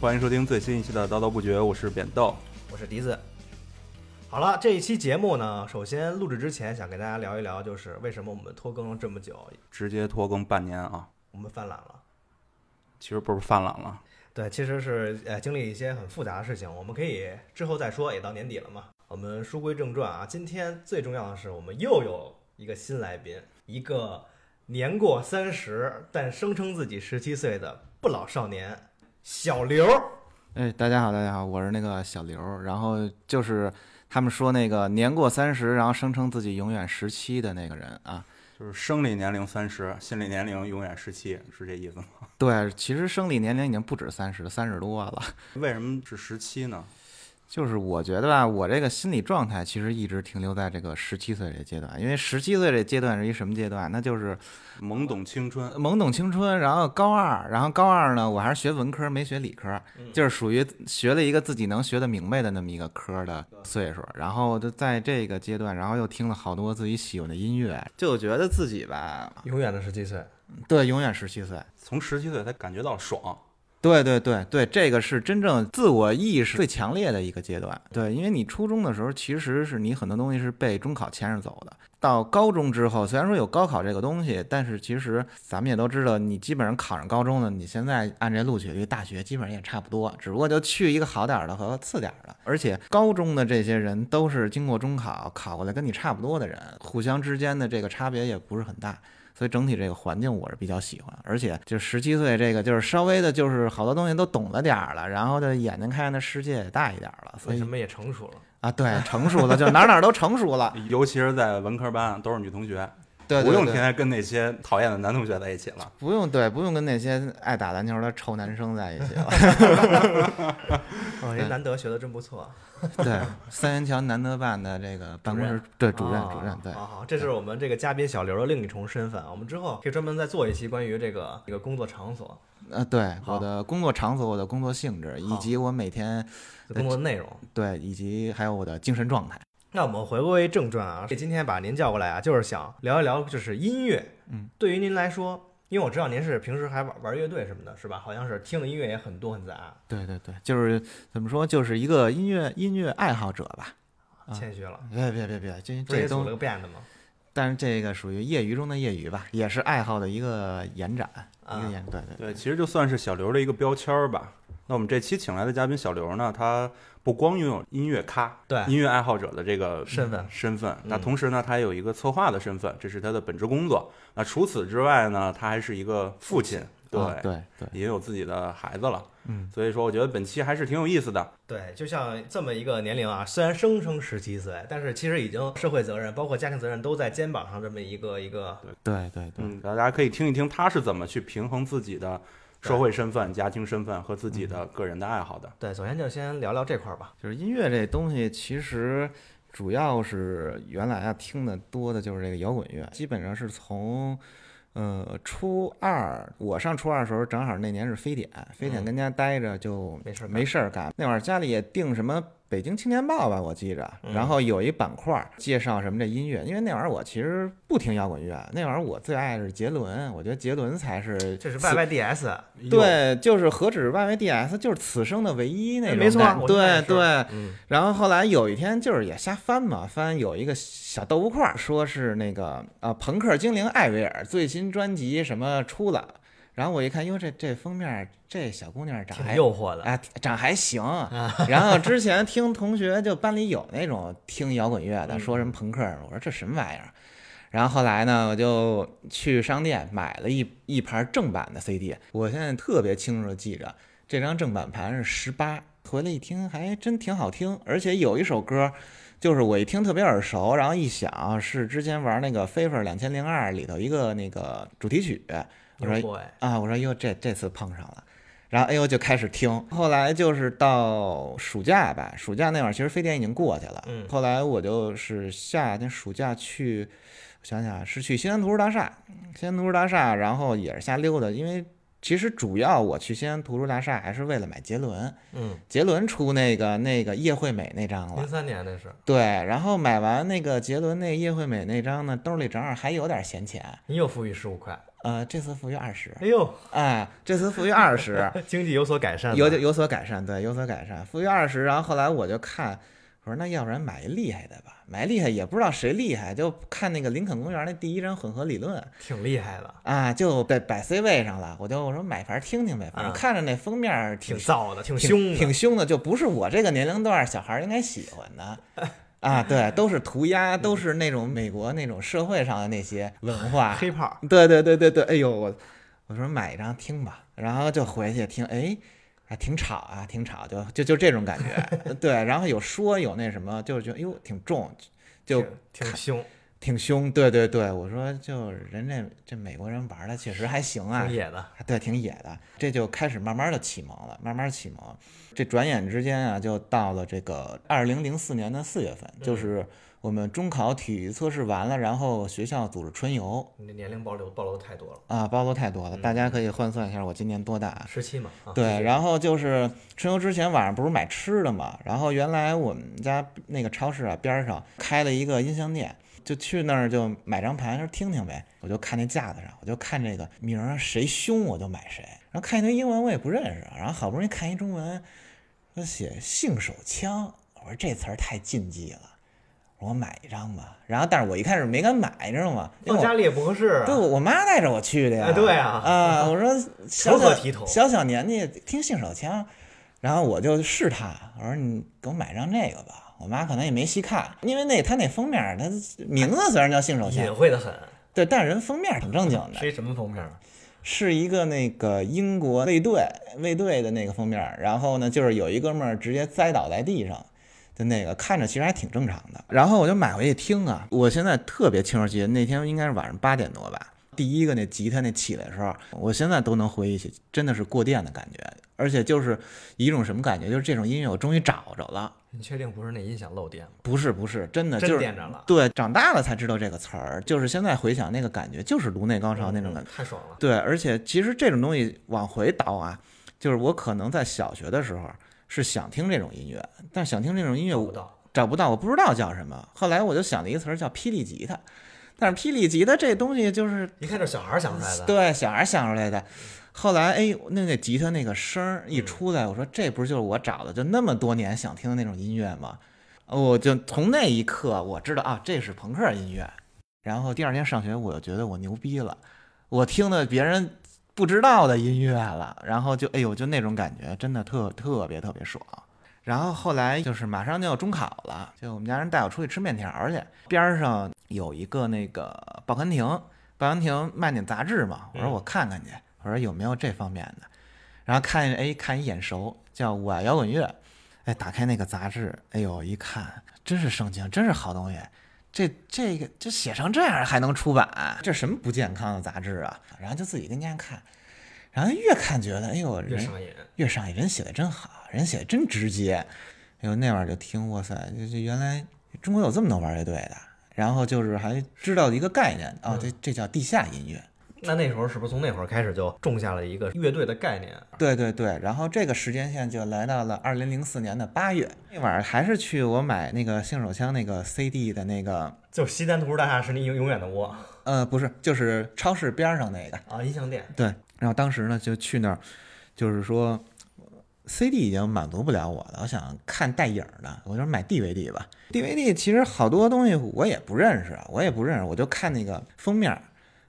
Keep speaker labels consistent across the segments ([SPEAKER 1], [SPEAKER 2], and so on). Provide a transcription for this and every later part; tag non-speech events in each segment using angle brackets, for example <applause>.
[SPEAKER 1] 欢迎收听最新一期的《叨叨不绝》，我是扁豆。
[SPEAKER 2] 我是笛子。好了，这一期节目呢，首先录制之前想跟大家聊一聊，就是为什么我们拖更了这么久，
[SPEAKER 1] 直接拖更半年啊，
[SPEAKER 2] 我们犯懒了。
[SPEAKER 1] 其实不是犯懒了，
[SPEAKER 2] 对，其实是呃经历一些很复杂的事情，我们可以之后再说，也到年底了嘛。我们书归正传啊，今天最重要的是我们又有一个新来宾，一个年过三十但声称自己十七岁的不老少年小刘。
[SPEAKER 3] 哎，大家好，大家好，我是那个小刘儿。然后就是他们说那个年过三十，然后声称自己永远十七的那个人啊。
[SPEAKER 1] 就是生理年龄三十，心理年龄永远十七，是这意思吗？
[SPEAKER 3] 对，其实生理年龄已经不止三十，三十多了。
[SPEAKER 1] 为什么是十七呢？
[SPEAKER 3] 就是我觉得吧，我这个心理状态其实一直停留在这个十七岁这阶段，因为十七岁这阶段是一什么阶段？那就是
[SPEAKER 1] 懵懂青春，
[SPEAKER 3] 懵懂青春，然后高二，然后高二呢，我还是学文科没学理科，
[SPEAKER 2] 嗯
[SPEAKER 3] 就是属于学了一个自己能学得明白的那么一个科的岁数，然后就在这个阶段，然后又听了好多自己喜欢的音乐，就觉得自己吧，
[SPEAKER 2] 永远的十七岁，
[SPEAKER 3] 对，永远十七岁。
[SPEAKER 1] 从十七岁才感觉到爽。
[SPEAKER 3] 对对对对，这个是真正自我意识最强烈的一个阶段。对，因为你初中的时候，其实是你很多东西是被中考牵着走的。到高中之后，虽然说有高考这个东西，但是其实咱们也都知道，你基本上考上高中了，你现在按这录取率，大学基本上也差不多，只不过就去一个好点儿的和次点儿的。而且高中的这些人都是经过中考考过来跟你差不多的人，互相之间的这个差别也不是很大。所以整体这个环境我是比较喜欢，而且就十七岁这个就是稍微的，就是好多东西都懂了点儿了，然后的眼睛看的世界也大一点儿了，所
[SPEAKER 2] 为
[SPEAKER 1] 哎
[SPEAKER 3] 以
[SPEAKER 2] 什么也成熟了？
[SPEAKER 3] 啊，对，成熟了，就哪儿哪儿都成熟
[SPEAKER 1] <laughs>
[SPEAKER 3] 了，
[SPEAKER 1] 尤其是在文科班，都是女同学，
[SPEAKER 3] 对，
[SPEAKER 1] 不用
[SPEAKER 3] 对
[SPEAKER 1] 天天跟那些讨厌的男同学在一起了。
[SPEAKER 3] 不用对，不用跟那些爱打篮球的臭男生在一起了。哎
[SPEAKER 2] 哦，人难得学的真不错。
[SPEAKER 3] <laughs>
[SPEAKER 2] 啊
[SPEAKER 3] <laughs> 对，三元桥南德办的这个办公室，对，主任，哦主任，对
[SPEAKER 2] 啊好、，好，这是我们这个嘉宾小刘的另一重身份。我们之后可以专门再做一期关于这个这个工作场所、
[SPEAKER 3] 呃，对，
[SPEAKER 2] 好
[SPEAKER 3] 我的工作场所、我的工作性质，以
[SPEAKER 2] 好
[SPEAKER 3] 及我每天
[SPEAKER 2] 工作内容。
[SPEAKER 3] 对，以及还有我的精神状态。
[SPEAKER 2] 那我们回归正传啊，这今天把您叫过来啊，就是想聊一聊就是音乐。
[SPEAKER 3] 嗯，
[SPEAKER 2] 对于您来说，因为我知道您是平时还玩玩乐队什么的，是吧？好像是听的音乐也很多很杂，
[SPEAKER 3] 对对对，就是怎么说，就是一个音乐音乐爱好者吧。啊
[SPEAKER 2] 谦虚了。
[SPEAKER 3] 别别别别，这
[SPEAKER 2] 不是
[SPEAKER 3] 这
[SPEAKER 2] 也组
[SPEAKER 3] 都
[SPEAKER 2] 了个 band 吗？
[SPEAKER 3] 但是这个属于业余中的业余吧，也是爱好的一个延展，一
[SPEAKER 2] 啊
[SPEAKER 3] 个延对对
[SPEAKER 1] 对，其实就算是小刘的一个标签儿吧。那我们这期请来的嘉宾小刘呢，他不光拥有音乐咖、
[SPEAKER 2] 对
[SPEAKER 1] 音乐爱好者的这个
[SPEAKER 2] 身份
[SPEAKER 1] 身份，
[SPEAKER 2] 嗯
[SPEAKER 1] 那同时呢，他也有一个策划的身份，这是他的本职工作。那除此之外呢，他还是一个父亲，对，
[SPEAKER 3] 啊对对，
[SPEAKER 1] 也有自己的孩子了。
[SPEAKER 3] 嗯，
[SPEAKER 1] 所以说，我觉得本期还是挺有意思的。
[SPEAKER 2] 对，就像这么一个年龄啊，虽然声称十七岁，但是其实已经社会责任，包括家庭责任都在肩膀上这么一个一个
[SPEAKER 3] 对对对，
[SPEAKER 1] 嗯，大家可以听一听他是怎么去平衡自己的社会身份、家庭身份和自己的个人的爱好的。
[SPEAKER 2] 对，首先就先聊聊这块儿吧。
[SPEAKER 3] 就是音乐这东西，其实主要是原来啊听的多的就是这个摇滚乐，基本上是从。呃，初二我上初二的时候，正好那年是非典，非典
[SPEAKER 2] 嗯
[SPEAKER 3] 跟家待着就
[SPEAKER 2] 没事儿干
[SPEAKER 3] 没事儿干。那会儿家里也订什么《北京青年报》吧，我记着，
[SPEAKER 2] 嗯
[SPEAKER 3] 然后有一板块儿介绍什么这音乐，因为那会儿我其实不听摇滚乐，那会儿我最爱是杰伦，我觉得杰伦才是
[SPEAKER 2] 这是
[SPEAKER 3] 此
[SPEAKER 2] YYDS，
[SPEAKER 3] 对，就是何止 YYDS，就是此生的唯一那
[SPEAKER 2] 哎
[SPEAKER 3] 种感。
[SPEAKER 2] 没错我就干
[SPEAKER 3] 对
[SPEAKER 2] 这事
[SPEAKER 3] 对。
[SPEAKER 2] 嗯，
[SPEAKER 3] 然后后来有一天就是也瞎翻嘛，翻有一个小豆腐块儿，说是那个呃朋克精灵艾薇儿最新专辑什么出了，然后我一看，哟这这封面儿这小姑娘长
[SPEAKER 2] 挺
[SPEAKER 3] 还
[SPEAKER 2] 诱惑的。
[SPEAKER 3] 啊长还行， <laughs> 然后之前听同学就班里有那种听摇滚乐的，
[SPEAKER 2] 嗯
[SPEAKER 3] 说什么朋克，我说这什么玩意儿。然后后来呢，我就去商店买了一一盘正版的 CD，我现在特别清楚地记着，这张正版盘是十八，回来一听还真挺好听，而且有一首歌，就是我一听特别耳熟，然后一想是之前玩那个《飞 r 两千零二》里头一个那个主题曲，我说
[SPEAKER 2] 诱惑哎，
[SPEAKER 3] 啊，我说哟，这这次碰上了，然后哎呦就开始听，后来就是到暑假吧，暑假那会儿其实非典已经过去了，
[SPEAKER 2] 嗯
[SPEAKER 3] 后来我就是夏天暑假去，我想想啊是去西安图书大厦，西安图书大厦，然后也是瞎溜达，因为其实主要我去西安图书大厦还是为了买杰伦，
[SPEAKER 2] 嗯，
[SPEAKER 3] 杰伦出那个那个叶惠美那张了
[SPEAKER 2] 零，三年那是，
[SPEAKER 3] 对，然后买完那个杰伦那叶惠美那张呢，兜里正好还有点闲钱。
[SPEAKER 2] 你又富裕十五块，
[SPEAKER 3] 呃，这次赴约二十，
[SPEAKER 2] 哎呦，
[SPEAKER 3] 哎，这次赴约二十，
[SPEAKER 2] 经济有所改善吧，
[SPEAKER 3] 有有所改善，对，有所改善，赴约二十。然后后来我就看，我说那要不然买一厉害的吧，买厉害也不知道谁厉害，就看那个林肯公园那第一张混合理论
[SPEAKER 2] 挺厉害的，
[SPEAKER 3] 啊，就摆摆 C 位上了。我就我说买盘听听呗，反正
[SPEAKER 2] 啊
[SPEAKER 3] 看着那封面儿
[SPEAKER 2] 挺
[SPEAKER 3] 挺
[SPEAKER 2] 燥的，挺
[SPEAKER 3] 挺
[SPEAKER 2] 凶的，
[SPEAKER 3] 挺凶的，就不是我这个年龄段儿小孩儿应该喜欢的。
[SPEAKER 2] <laughs>
[SPEAKER 3] 啊，对，都是涂鸦，都是那种美国那种社会上的那些文
[SPEAKER 2] <laughs>
[SPEAKER 3] 化，
[SPEAKER 2] 黑炮，
[SPEAKER 3] 对对对对对，哎呦，我我说买一张听吧，然后就回去听，哎，还挺吵啊，挺吵，就就就这种感觉， <laughs> 对，然后有说有那什么，就就哎呦挺重，就
[SPEAKER 2] 挺挺凶，
[SPEAKER 3] 挺凶，对对对，我说就人这这美国人玩的确实还行啊
[SPEAKER 2] 挺，野的，
[SPEAKER 3] 对，挺野的，这就开始慢慢的启蒙了，慢慢启蒙，这转眼之间啊，就到了这个二零零四年的四月份，就是我们中考体育测试完了，然后学校组织春游。
[SPEAKER 2] 你这年龄暴露暴露的太多了，
[SPEAKER 3] 啊，包罗太多了，
[SPEAKER 2] 嗯
[SPEAKER 3] 大家可以换算一下我今年多大。
[SPEAKER 2] 十七嘛，啊，
[SPEAKER 3] 对，然后就是春游之前晚上不是买吃的嘛，然后原来我们家那个超市啊边儿上开了一个音像店，就去那儿就买张盘，就听听呗。我就看那架子上，我就看这个名儿啊谁凶我就买谁，然后看一堆英文我也不认识，啊然后好不容易看一中文，他写性手枪，我说这词儿太禁忌了，我说我买一张吧。然后但是我一开始没敢买，你知道吗？因
[SPEAKER 2] 放
[SPEAKER 3] 为我
[SPEAKER 2] 家里也不合适啊，
[SPEAKER 3] 对，我妈带着我去的呀。
[SPEAKER 2] 哎对啊
[SPEAKER 3] 啊，我说小
[SPEAKER 2] 可
[SPEAKER 3] 小
[SPEAKER 2] 体统
[SPEAKER 3] 小小年纪听性手枪，然后我就试探，我说你给我买张这个吧。我妈可能也没细看，因为那她那封面儿，它名字虽然叫性手枪
[SPEAKER 2] 隐，晦的很，
[SPEAKER 3] 对，但人封面儿挺正经的，
[SPEAKER 2] 是一什么封面啊？
[SPEAKER 3] 是一个那个英国卫队卫队的那个封面儿，然后呢，就是有一哥们儿直接栽倒在地上，就那个看着其实还挺正常的。然后我就买回去听啊，我现在特别清楚记得那天应该是晚上八点多吧，第一个那吉他那起来的时候，我现在都能回忆起，真的是过电的感觉，而且就是一种什么感觉，就是这种音乐我终于找着了。
[SPEAKER 2] 你确定不是那音响漏电吗？
[SPEAKER 3] 不是不是，真的就
[SPEAKER 2] 真
[SPEAKER 3] 是
[SPEAKER 2] 电着了，
[SPEAKER 3] 对，长大了才知道这个词儿，就是现在回想那个感觉，就是颅内高潮那种感觉
[SPEAKER 2] 嗯。太爽了，
[SPEAKER 3] 对，而且其实这种东西往回倒啊，就是我可能在小学的时候是想听这种音乐，但想听这种音乐
[SPEAKER 2] 找不
[SPEAKER 3] 我
[SPEAKER 2] 到，
[SPEAKER 3] 找不到，我不知道叫什么。后来我就想了一个词儿叫霹雳吉他，但是霹雳吉他这东西就是
[SPEAKER 2] 一看就是小孩儿想出来的，
[SPEAKER 3] 对小孩想出来的。后来哎，那那吉他那个声儿一出来，我说这不是就是我找的，就那么多年想听的那种音乐吗？我就从那一刻我知道啊，这是朋克音乐。然后第二天上学，我就觉得我牛逼了，我听的别人不知道的音乐了，然后就哎呦，就那种感觉，真的特特别特别爽。然后后来就是马上就要中考了，就我们家人带我出去吃面条儿去，边儿上有一个那个报刊亭，报刊亭卖点杂志嘛，我说
[SPEAKER 2] 嗯
[SPEAKER 3] 我看看去，我说有没有这方面的，然后看哎看一眼熟，叫《我爱摇滚乐》，哎打开那个杂志，哎呦一看真是圣经，真是好东西，这这个这写成这样还能出版，这什么不健康的杂志啊？然后就自己跟家看，然后越看觉得哎呦
[SPEAKER 2] 越
[SPEAKER 3] 人
[SPEAKER 2] 上瘾，
[SPEAKER 3] 越上瘾，人写的真好，人写的真直接。哎呦，那会儿就听，哇塞，这这原来中国有这么多玩乐队的，然后就是还知道一个概念啊、这这叫地下音乐。
[SPEAKER 2] 那那时候是不是从那会儿开始就种下了一个乐队的概念？
[SPEAKER 3] 对对对，然后这个时间线就来到了二零零四年的八月，那晚上还是去我买那个性手枪那个 CD 的那个，
[SPEAKER 2] 就西单图书大厦是你永永远的窝
[SPEAKER 3] 呃，不是，就是超市边上那个。
[SPEAKER 2] 啊，音像店
[SPEAKER 3] 对，然后当时呢就去那儿，就是说 CD 已经满足不了我了，我想看带影儿的，我就买 DVD 吧。DVD 其实好多东西我也不认识，我也不认识，我就看那个封面儿。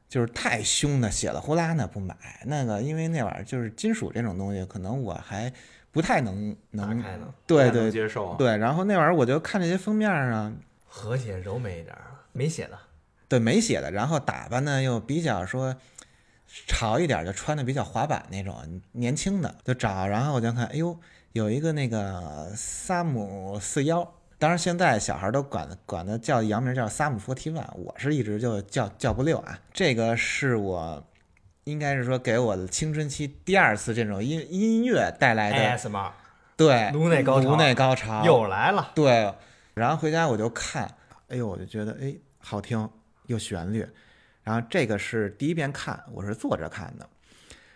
[SPEAKER 3] 就是太凶的，血了呼啦那不买那个，因为那玩意儿就是金属这种东西，可能我还不太能
[SPEAKER 2] 打
[SPEAKER 3] 能
[SPEAKER 2] 开呢，
[SPEAKER 3] 对
[SPEAKER 1] 不太能
[SPEAKER 3] 对
[SPEAKER 1] 接受啊。
[SPEAKER 3] 对。然后那玩意儿我就看这些封面儿啊，
[SPEAKER 2] 和谐柔美一点儿，没写的，
[SPEAKER 3] 对没写的，然后打扮呢又比较说潮一点儿，就穿的比较滑板那种年轻的，就找，然后我就看，哎呦，有一个那个萨姆四幺，当然现在小孩儿都管管它叫洋名叫萨姆 forty one，我是一直就叫叫不溜啊，这个是我。应该是说给我的青春期第二次这种音音乐带来的、
[SPEAKER 2] ASMR
[SPEAKER 3] 对
[SPEAKER 2] 哎颅内高潮
[SPEAKER 3] 颅内高潮
[SPEAKER 2] 又来了，
[SPEAKER 3] 对，然后回家我就看，哎呦，我就觉得哎好听，有旋律。然后这个是第一遍看，我是坐着看的。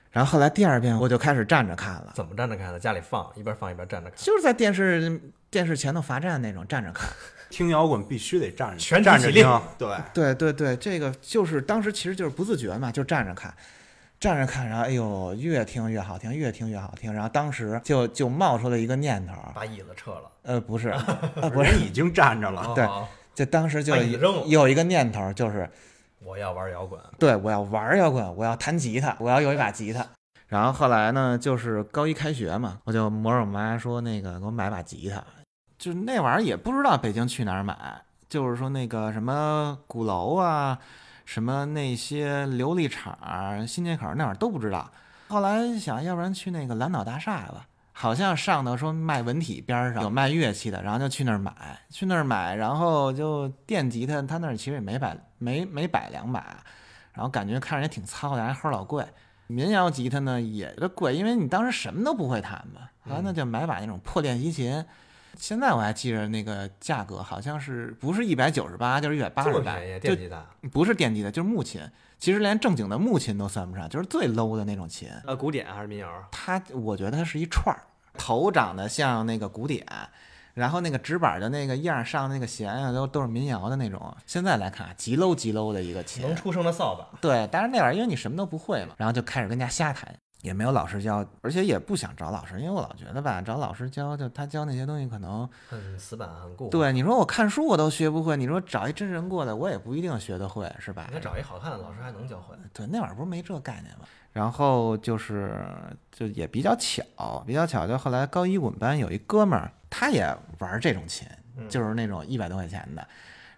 [SPEAKER 3] 然后后来第二遍我就开始站着看了，
[SPEAKER 2] 怎么站着看的？家里放，一边放一边站着看，
[SPEAKER 3] 就是在电视电视前头罚站那种站着看。 <laughs>
[SPEAKER 1] 听摇滚必须得站着，
[SPEAKER 2] 全体
[SPEAKER 1] 站
[SPEAKER 2] 起
[SPEAKER 1] 着
[SPEAKER 2] 立
[SPEAKER 1] 听。。
[SPEAKER 2] 对，
[SPEAKER 3] 对对对，这个就是当时其实就是不自觉嘛，就站着看，站着看，然后哎呦，越听越好听，越听越好听，然后当时就就冒出了一个念头，
[SPEAKER 2] 把椅子撤了。哦
[SPEAKER 3] 呃，不是，啊不是，
[SPEAKER 1] 人已经站着了，
[SPEAKER 3] 对
[SPEAKER 2] 好，好
[SPEAKER 3] 就当时就
[SPEAKER 2] 把椅子扔了
[SPEAKER 3] 有一个念头，就是
[SPEAKER 2] 我要玩摇滚。
[SPEAKER 3] 对我要玩摇滚，我要弹吉他，我要有一把吉他。然后后来呢，就是高一开学嘛，我就磨着我妈说那个给我买把吉他，就是那玩意儿也不知道北京去哪儿买，就是说那个什么鼓楼啊，什么那些琉璃厂儿、新街口儿那会儿都不知道。后来想要不然去那个蓝岛大厦吧，好像上头说卖文体边儿上有卖乐器的，然后就去那儿买，去那儿买，然后就电吉他，他那儿其实也没摆没没摆两把，然后感觉看着也挺糙的，还齁老贵。民谣吉他呢也就贵，因为你当时什么都不会弹嘛，后来
[SPEAKER 2] 嗯
[SPEAKER 3] 那就买把那种破练习琴。现在我还记着那个价格，好像是不是一百九十八，就是一百八
[SPEAKER 2] 这
[SPEAKER 3] 十
[SPEAKER 2] 么
[SPEAKER 3] 八
[SPEAKER 2] 便，宜，啊
[SPEAKER 3] 就
[SPEAKER 2] 电吉他。
[SPEAKER 3] 不是电吉的，就是木琴。其实连正经的木琴都算不上，就是最 low 的那种琴。
[SPEAKER 2] 呃，古典还是民谣？
[SPEAKER 3] 它，我觉得它是一串儿，头长得像那个古典，然后那个指板的那个样儿上那个弦啊，都都是民谣的那种。现在来看啊，极 low 极 low 的一个琴
[SPEAKER 2] 能。出声的扫把。
[SPEAKER 3] 对，但是那玩意儿因为你什么都不会嘛，然后就开始跟人家瞎弹，也没有老师教，而且也不想找老师，因为我老觉得吧，找老师教就他教那些东西可能
[SPEAKER 2] 很死板，很固。，
[SPEAKER 3] 对你说我看书我都学不会，你说找一真人过来我也不一定学得会，是吧？
[SPEAKER 2] 你再找一好看的老师还能教会。
[SPEAKER 3] 对，那会儿不是没这概念吗？然后就是就也比较巧，比较巧，就后来高一我们班有一哥们儿，他也玩这种琴，
[SPEAKER 2] 嗯
[SPEAKER 3] 就是那种一百多块钱的。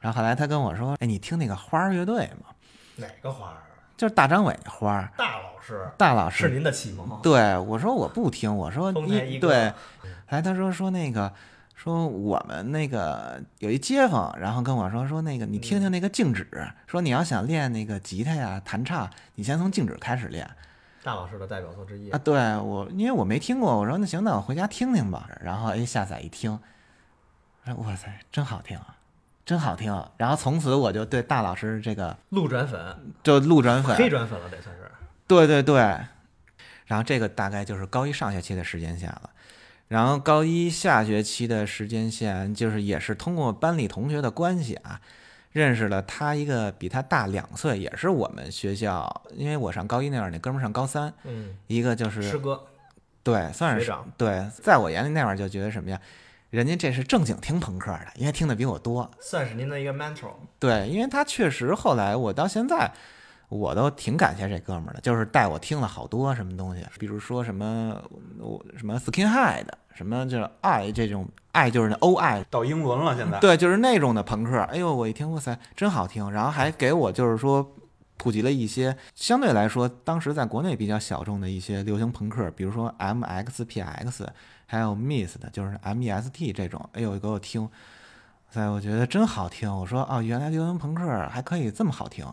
[SPEAKER 3] 然后后来他跟我说：“哎，你听那个花儿乐队吗？
[SPEAKER 2] 哪个花儿？
[SPEAKER 3] 就是大张伟那花儿，
[SPEAKER 2] 大老师
[SPEAKER 3] 大老
[SPEAKER 2] 是
[SPEAKER 3] 师。
[SPEAKER 2] 您的启蒙”。
[SPEAKER 3] 对，我说我不听，我说
[SPEAKER 2] 丰台
[SPEAKER 3] 一
[SPEAKER 2] 一哥
[SPEAKER 3] 对，后来他说说那个说我们那个有一街坊，然后跟我说说那个你
[SPEAKER 2] 嗯
[SPEAKER 3] 听听那个静止，说你要想练那个吉他呀、弹唱，你先从静止开始练。
[SPEAKER 2] 大老师的代表作之一
[SPEAKER 3] 啊，。对我，因为我没听过，我说那行，那我回家听听吧。然后哎，下载一听，哎，哇塞，真好听啊，真好听啊、然后从此我就对大老师这个
[SPEAKER 2] 路转粉，
[SPEAKER 3] 就路转粉，
[SPEAKER 2] 黑转粉了，得算是。
[SPEAKER 3] 对对对。然后这个大概就是高一上学期的时间线了，然后高一下学期的时间线就是也是通过班里同学的关系啊，认识了他一个比他大两岁，也是我们学校，因为我上高一那会儿，那哥们儿上高三，
[SPEAKER 2] 嗯，
[SPEAKER 3] 一个就是
[SPEAKER 2] 师哥，
[SPEAKER 3] 对，算
[SPEAKER 2] 学
[SPEAKER 3] 是
[SPEAKER 2] 长
[SPEAKER 3] 对，在我眼里那会儿就觉得什么呀？人家这是正经听朋克的，因为听的比我多。
[SPEAKER 2] 算是您的一个 mentor。
[SPEAKER 3] 对，因为他确实后来我到现在，我都挺感谢这哥们儿的，就是带我听了好多什么东西，比如说什么我什么 Skin High 的，什么就是爱这种爱就是那 O I
[SPEAKER 1] 到英伦了，现在。
[SPEAKER 3] 对，就是那种的朋克。哎呦，我一听，哇塞，真好听！然后还给我就是说普及了一些相对来说当时在国内比较小众的一些流行朋克，比如说 M X P X，还有 Mist，就是 M E S T 这种。哎呦，给我听，哇塞，我觉得真好听。我说哦，原来流行朋克还可以这么好听，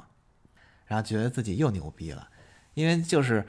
[SPEAKER 3] 然后觉得自己又牛逼了，因为就是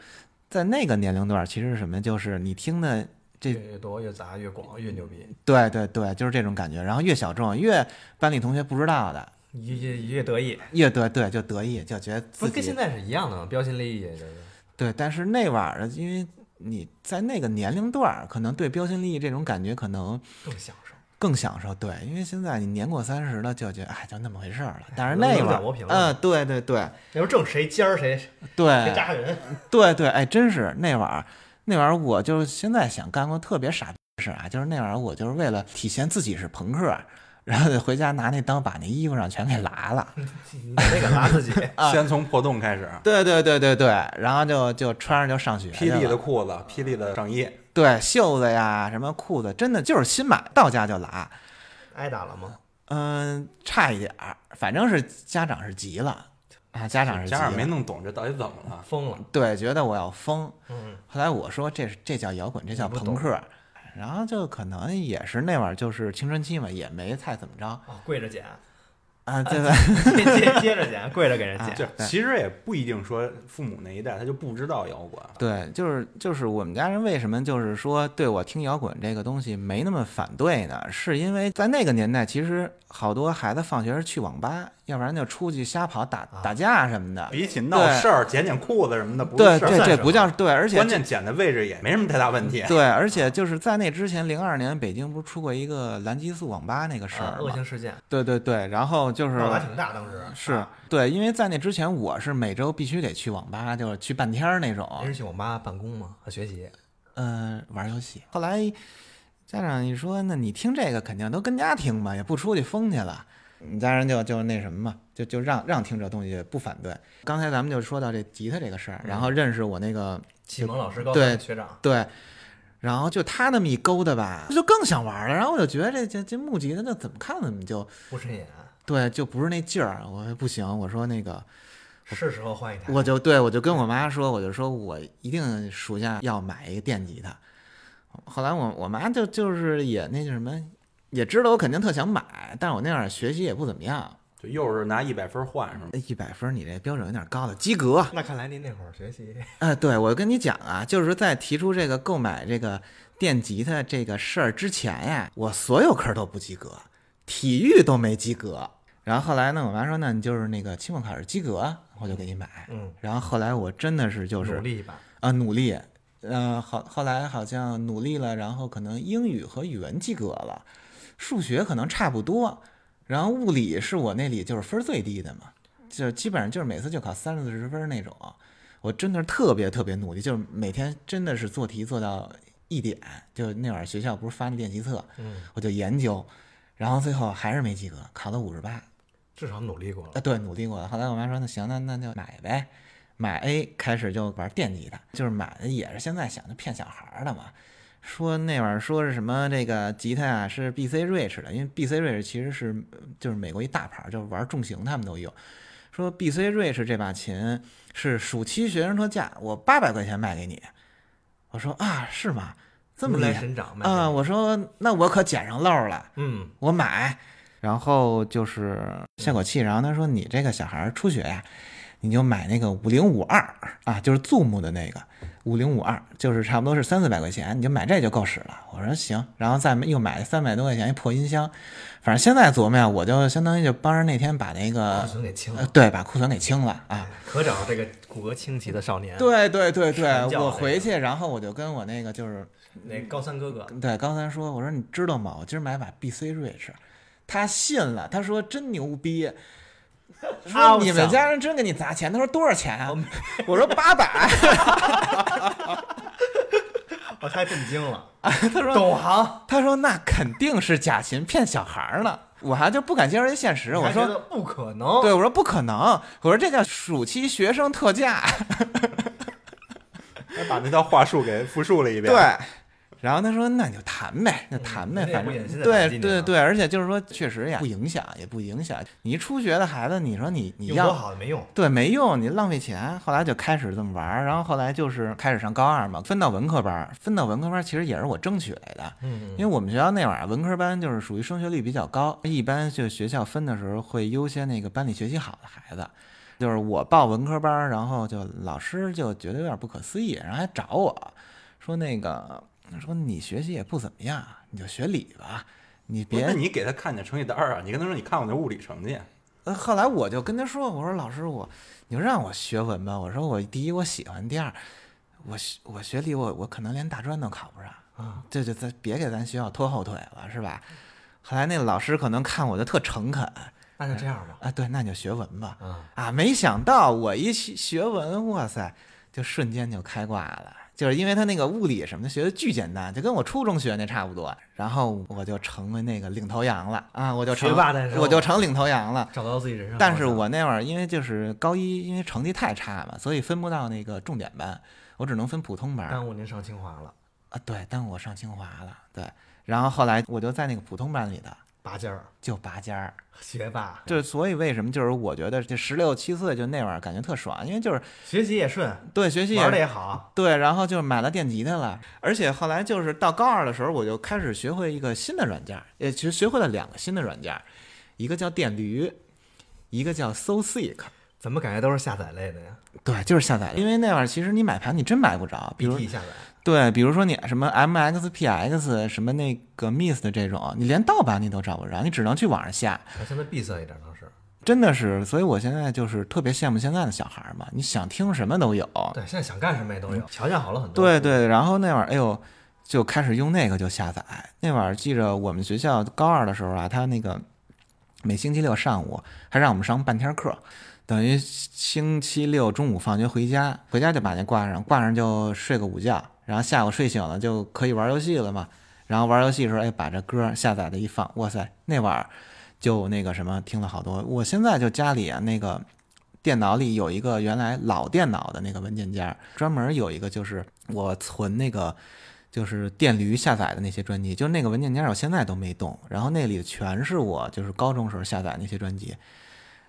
[SPEAKER 3] 在那个年龄段，其实是什么，就是你听的这
[SPEAKER 2] 越越多越杂越广越牛逼，
[SPEAKER 3] 对对对，就是这种感觉。然后越小众，越班里同学不知道的，
[SPEAKER 2] 越越越得意。
[SPEAKER 3] 越对对就得意，就觉得
[SPEAKER 2] 不
[SPEAKER 3] 自
[SPEAKER 2] 是跟现
[SPEAKER 3] 己
[SPEAKER 2] 在是一样的吗？标新立异，这个
[SPEAKER 3] 对。但是那晚儿，因为你在那个年龄段儿，可能对标新立异这种感觉可能
[SPEAKER 2] 更享受。
[SPEAKER 3] 更享受。对，因为现在你年过三十了，就觉得哎，就那么回事儿了。但是
[SPEAKER 2] 轮
[SPEAKER 3] 那
[SPEAKER 2] 流
[SPEAKER 3] 晚
[SPEAKER 2] 掌握
[SPEAKER 3] 儿
[SPEAKER 2] 评，论
[SPEAKER 3] 嗯，对对对
[SPEAKER 2] 那时候正谁尖儿谁谁
[SPEAKER 3] 对
[SPEAKER 2] 扎人，
[SPEAKER 3] 对对，哎，真是那晚儿，那晚儿我就现在想干过特别傻逼的事儿啊，就是那晚儿我就是为了体现自己是朋克儿，然后就回家拿那刀把那衣服上全给剌了。
[SPEAKER 2] 嗯你得给拉自
[SPEAKER 3] <laughs>
[SPEAKER 2] 己。
[SPEAKER 3] 啊
[SPEAKER 1] 先从破洞开始，
[SPEAKER 3] 对对对对对，然后就就穿着就上学去
[SPEAKER 1] 霹雳的
[SPEAKER 3] 了
[SPEAKER 1] 裤子，霹雳的上衣，
[SPEAKER 3] 对袖子呀，什么裤子，真的就是新买，到家就拉。
[SPEAKER 2] 挨打了吗？
[SPEAKER 3] 嗯，差一点儿，反正是家长是急了啊，家长是急
[SPEAKER 1] 家长没
[SPEAKER 3] 了，
[SPEAKER 1] 弄懂这到底怎么了。
[SPEAKER 2] 疯了。
[SPEAKER 3] 对，觉得我要疯。
[SPEAKER 2] 嗯，
[SPEAKER 3] 后来我说这是这叫摇滚，这叫
[SPEAKER 2] 你不
[SPEAKER 3] 朋克。然后就可能也是那会儿就是青春期嘛，也没太怎么着
[SPEAKER 2] 啊，跪着捡，
[SPEAKER 3] 啊，对吧？
[SPEAKER 2] <laughs> 接接接着捡，跪着给人
[SPEAKER 3] 啊
[SPEAKER 2] 啊捡。
[SPEAKER 1] 就其实也不一定说父母那一代他就不知道摇滚，
[SPEAKER 3] 对，就是就是我们家人为什么就是说对我听摇滚这个东西没那么反对呢？是因为在那个年代，其实好多孩子放学是去网吧，要不然就出去瞎跑
[SPEAKER 1] 啊
[SPEAKER 3] 打打架什么的。
[SPEAKER 1] 比起闹事儿、捡捡裤子什么的，哎不
[SPEAKER 3] 对，
[SPEAKER 1] 是事儿
[SPEAKER 3] 这
[SPEAKER 1] 算
[SPEAKER 3] 这
[SPEAKER 1] 什
[SPEAKER 3] 不
[SPEAKER 1] 么
[SPEAKER 3] 叫对，而且
[SPEAKER 1] 关键捡的位置也没什么太大问题。
[SPEAKER 3] 对，而且就是在那之前，零二年北京不是出过一个蓝激素网吧那个事
[SPEAKER 2] 啊
[SPEAKER 3] 儿
[SPEAKER 2] 恶
[SPEAKER 3] 吗？
[SPEAKER 2] 性事件，
[SPEAKER 3] 对对对，然后就是啊
[SPEAKER 2] 闹得还挺大，当时
[SPEAKER 1] 啊
[SPEAKER 3] 是对，因为在那之前我是每周必须得去网吧，就是去半天儿那种，
[SPEAKER 2] 您是去网吧办公吗？啊学习
[SPEAKER 3] 嗯、玩游戏。后来家长一说，那你听这个肯定都跟家听嘛，也不出去疯去了。你家人就就那什么嘛，就就让让听这东西，不反对。刚才咱们就说到这吉他这个事儿，然后认识我那个
[SPEAKER 2] 启蒙老师高
[SPEAKER 3] 对
[SPEAKER 2] 三学长，
[SPEAKER 3] 对，然后就他那么一勾搭吧，就更想玩了。然后我就觉得这这这木吉他这怎么看怎么就
[SPEAKER 2] 不啊顺眼，
[SPEAKER 3] 对，就不是那劲儿。我说不行，我说那个，
[SPEAKER 2] 是时候换一台。
[SPEAKER 3] 我就对我就跟我妈说，我就说我一定暑假要买一个电吉他。后来我我妈就就是也那叫什么，也知道我肯定特想买，但是我那会儿学习也不怎么样，哎
[SPEAKER 1] 就又是拿一百分换是吗？
[SPEAKER 3] 一百分儿你这标准有点高了，及格。
[SPEAKER 2] 那看来您那会儿学习
[SPEAKER 3] 啊，对，我跟你讲啊，就是说在提出这个购买这个电吉他这个事儿之前呀，我所有科儿都不及格，体育都没及格。然后后来呢，我妈说，那你就是那个期末考试及格，我就给你买。
[SPEAKER 2] 嗯，
[SPEAKER 3] 然后后来我真的是就是
[SPEAKER 2] 努力一把，
[SPEAKER 3] 啊，努力，嗯、好，后来好像努力了，然后可能英语和语文及格了，数学可能差不多，然后物理是我那里就是分儿最低的嘛，就基本上就是每次就考三四十分儿那种，我真的是特别特别努力，就是每天真的是做题做到一点，就那会儿学校不是发那练习册，
[SPEAKER 2] 嗯，
[SPEAKER 3] 我就研究，然后最后还是没及格，考了五十八，
[SPEAKER 2] 至少努力过了。
[SPEAKER 3] 啊，对，努力过了。后来我妈说，那行，那那就买呗，买 A 开始就玩电吉他，就是买的也是现在想着骗小孩儿的嘛。说那会儿说是什么这个吉他啊是 B C Rich 的，因为 B C Rich 其实是呃就是美国一大牌儿，就是玩重型他们都有。说 B C Rich 这把琴是暑期学生特价，我八百块钱卖给你。我说啊，是吗？这么
[SPEAKER 2] 如
[SPEAKER 3] 厉
[SPEAKER 2] 来
[SPEAKER 3] 害
[SPEAKER 2] 神掌卖
[SPEAKER 3] 啊！
[SPEAKER 2] 给你
[SPEAKER 3] 我说那我可捡上漏儿了。
[SPEAKER 2] 嗯，
[SPEAKER 3] 我买。然后就是效果器，然后他说你这个小孩儿初学呀、你就买那个五零五二啊，就是 Zoom 的那个五零五二，就是差不多是三四百块钱，你就买这就够使了。我说行，然后再又买三百多块钱一破音箱，反正现在琢磨呀，我就相当于就帮着那天把那
[SPEAKER 2] 库
[SPEAKER 3] 个
[SPEAKER 2] 存嗯给清
[SPEAKER 3] 呃
[SPEAKER 2] 了，
[SPEAKER 3] 对，把库存给清了啊。
[SPEAKER 2] 可找这个骨骼清奇的少年。，
[SPEAKER 3] 对对对对
[SPEAKER 2] 传，教
[SPEAKER 3] 我
[SPEAKER 2] 这
[SPEAKER 3] 回
[SPEAKER 2] 个
[SPEAKER 3] 去，然后我就跟我那个就是
[SPEAKER 2] 那高三哥哥，
[SPEAKER 3] 对，刚才说，我说你知道吗？我今儿买把 BC Rich，他信了，他说真牛逼，
[SPEAKER 2] 啊
[SPEAKER 3] 说你们家人真给你砸钱。他说多少钱啊？ <laughs> 我说八百。 <laughs>
[SPEAKER 2] 我太震惊了。
[SPEAKER 3] 他说
[SPEAKER 2] 懂啊行，
[SPEAKER 3] 他说那肯定是假琴骗小孩儿呢。我还就不敢接受这现实，我
[SPEAKER 2] 还觉
[SPEAKER 3] 说
[SPEAKER 2] 得不可能。
[SPEAKER 3] 对，我说不可能，我说这叫暑期学生特价。 <laughs>
[SPEAKER 1] 还哎把那套话术给复述了一遍。
[SPEAKER 3] 对，，然后他说那你就谈呗，那谈呗，
[SPEAKER 2] 那嗯也
[SPEAKER 3] 反
[SPEAKER 2] 不
[SPEAKER 3] 正
[SPEAKER 2] 忍心再
[SPEAKER 3] 对
[SPEAKER 2] 谈今年
[SPEAKER 3] 对
[SPEAKER 2] 了
[SPEAKER 3] 对，而且就是说确实也不影响，也不影响。你一初学的孩子，你说你你
[SPEAKER 2] 用
[SPEAKER 3] 要
[SPEAKER 2] 多好的没用。
[SPEAKER 3] 对，没用，你浪费钱。后来就开始这么玩儿，然后后来就是开始上高二嘛，分到文科班儿。分到文科班儿其实也是我争取来的，
[SPEAKER 2] 嗯
[SPEAKER 3] 因为我们学校那会儿啊文科班就是属于升学率比较高，一般就学校分的时候会优先那个班里学习好的孩子。就是我报文科班儿，然后就老师就觉得有点不可思议，然后还找我说那个说你学习也不怎么样，你就学理吧，你别
[SPEAKER 1] 那你给他看你的成绩单儿啊，你跟他说你看我的物理成绩，
[SPEAKER 3] 呃，后来我就跟他说，我说老师我，你就让我学文吧。我说我第一我喜欢，第二我学我学理我我可能连大专都考不上
[SPEAKER 2] 啊，
[SPEAKER 3] 这就咱别给咱学校拖后腿了，是吧？后来那老师可能看我就特诚恳
[SPEAKER 2] 那就这样吧。
[SPEAKER 3] 啊，对，那你就学文吧
[SPEAKER 2] 啊，
[SPEAKER 3] 啊，没想到我一学学文，哇塞，就瞬间就开挂了。就是因为他那个物理什么的学的巨简单，就跟我初中学那差不多，然后我就成为那个领头羊了啊，我就
[SPEAKER 2] 学
[SPEAKER 3] 成
[SPEAKER 2] 霸诞生
[SPEAKER 3] 我就成领头羊了。
[SPEAKER 2] 找到自己人生方向。
[SPEAKER 3] 但是我那会儿因为就是高一，因为成绩太差嘛，所以分不到那个重点班，我只能分普通班儿
[SPEAKER 2] 耽误您上清华了，
[SPEAKER 3] 啊。对，但我上清华了，对。然后后来我就在那个普通班里头
[SPEAKER 2] 拔尖儿，
[SPEAKER 3] 就拔尖儿，
[SPEAKER 2] 学霸，
[SPEAKER 3] 就是所以为什么就是我觉得这十六七岁就那会儿感觉特爽，因为就是
[SPEAKER 2] 学习也顺，
[SPEAKER 3] 对学习
[SPEAKER 2] 玩的
[SPEAKER 3] 也
[SPEAKER 2] 也好。
[SPEAKER 3] 对，然后就买了电吉他了，而且后来就是到高二的时候，我就开始学会一个新的软件儿，也其实学会了两个新的软件儿，一个叫电驴，一个叫 SoSeek。
[SPEAKER 2] 怎么感觉都是下载类的呀
[SPEAKER 3] 对，就是下载了，因为那会儿其实你买盘你真买不着，比如
[SPEAKER 2] ？BT 下载，
[SPEAKER 3] 对，比如说你什么 MXPX 什么那个 Mist 这种，你连盗版你都找不着，你只能去网上下。
[SPEAKER 2] 好像都闭塞一点当时。
[SPEAKER 3] 真的是，所以我现在就是特别羡慕现在的小孩儿嘛，你想听什么都有。
[SPEAKER 2] 对，现在想干什么也都有，条件好了很多。
[SPEAKER 3] 嗯对对，然后那会儿，哎呦，就开始用那个就下载。那会儿记着我们学校高二的时候啊，他那个每星期六上午还让我们上半天课，等于星期六中午放学回家，回家就把那挂上，挂上就睡个午觉，然后下午睡醒了就可以玩游戏了嘛。然后玩游戏的时候，哎，把这歌下载的一放，哇塞，那会儿就那个什么听了好多。我现在就家里啊那个电脑里有一个原来老电脑的那个文件夹，专门有一个就是我存那个就是电驴下载的那些专辑，就那个文件夹我现在都没动，然后那里全是我就是高中时候下载那些专辑。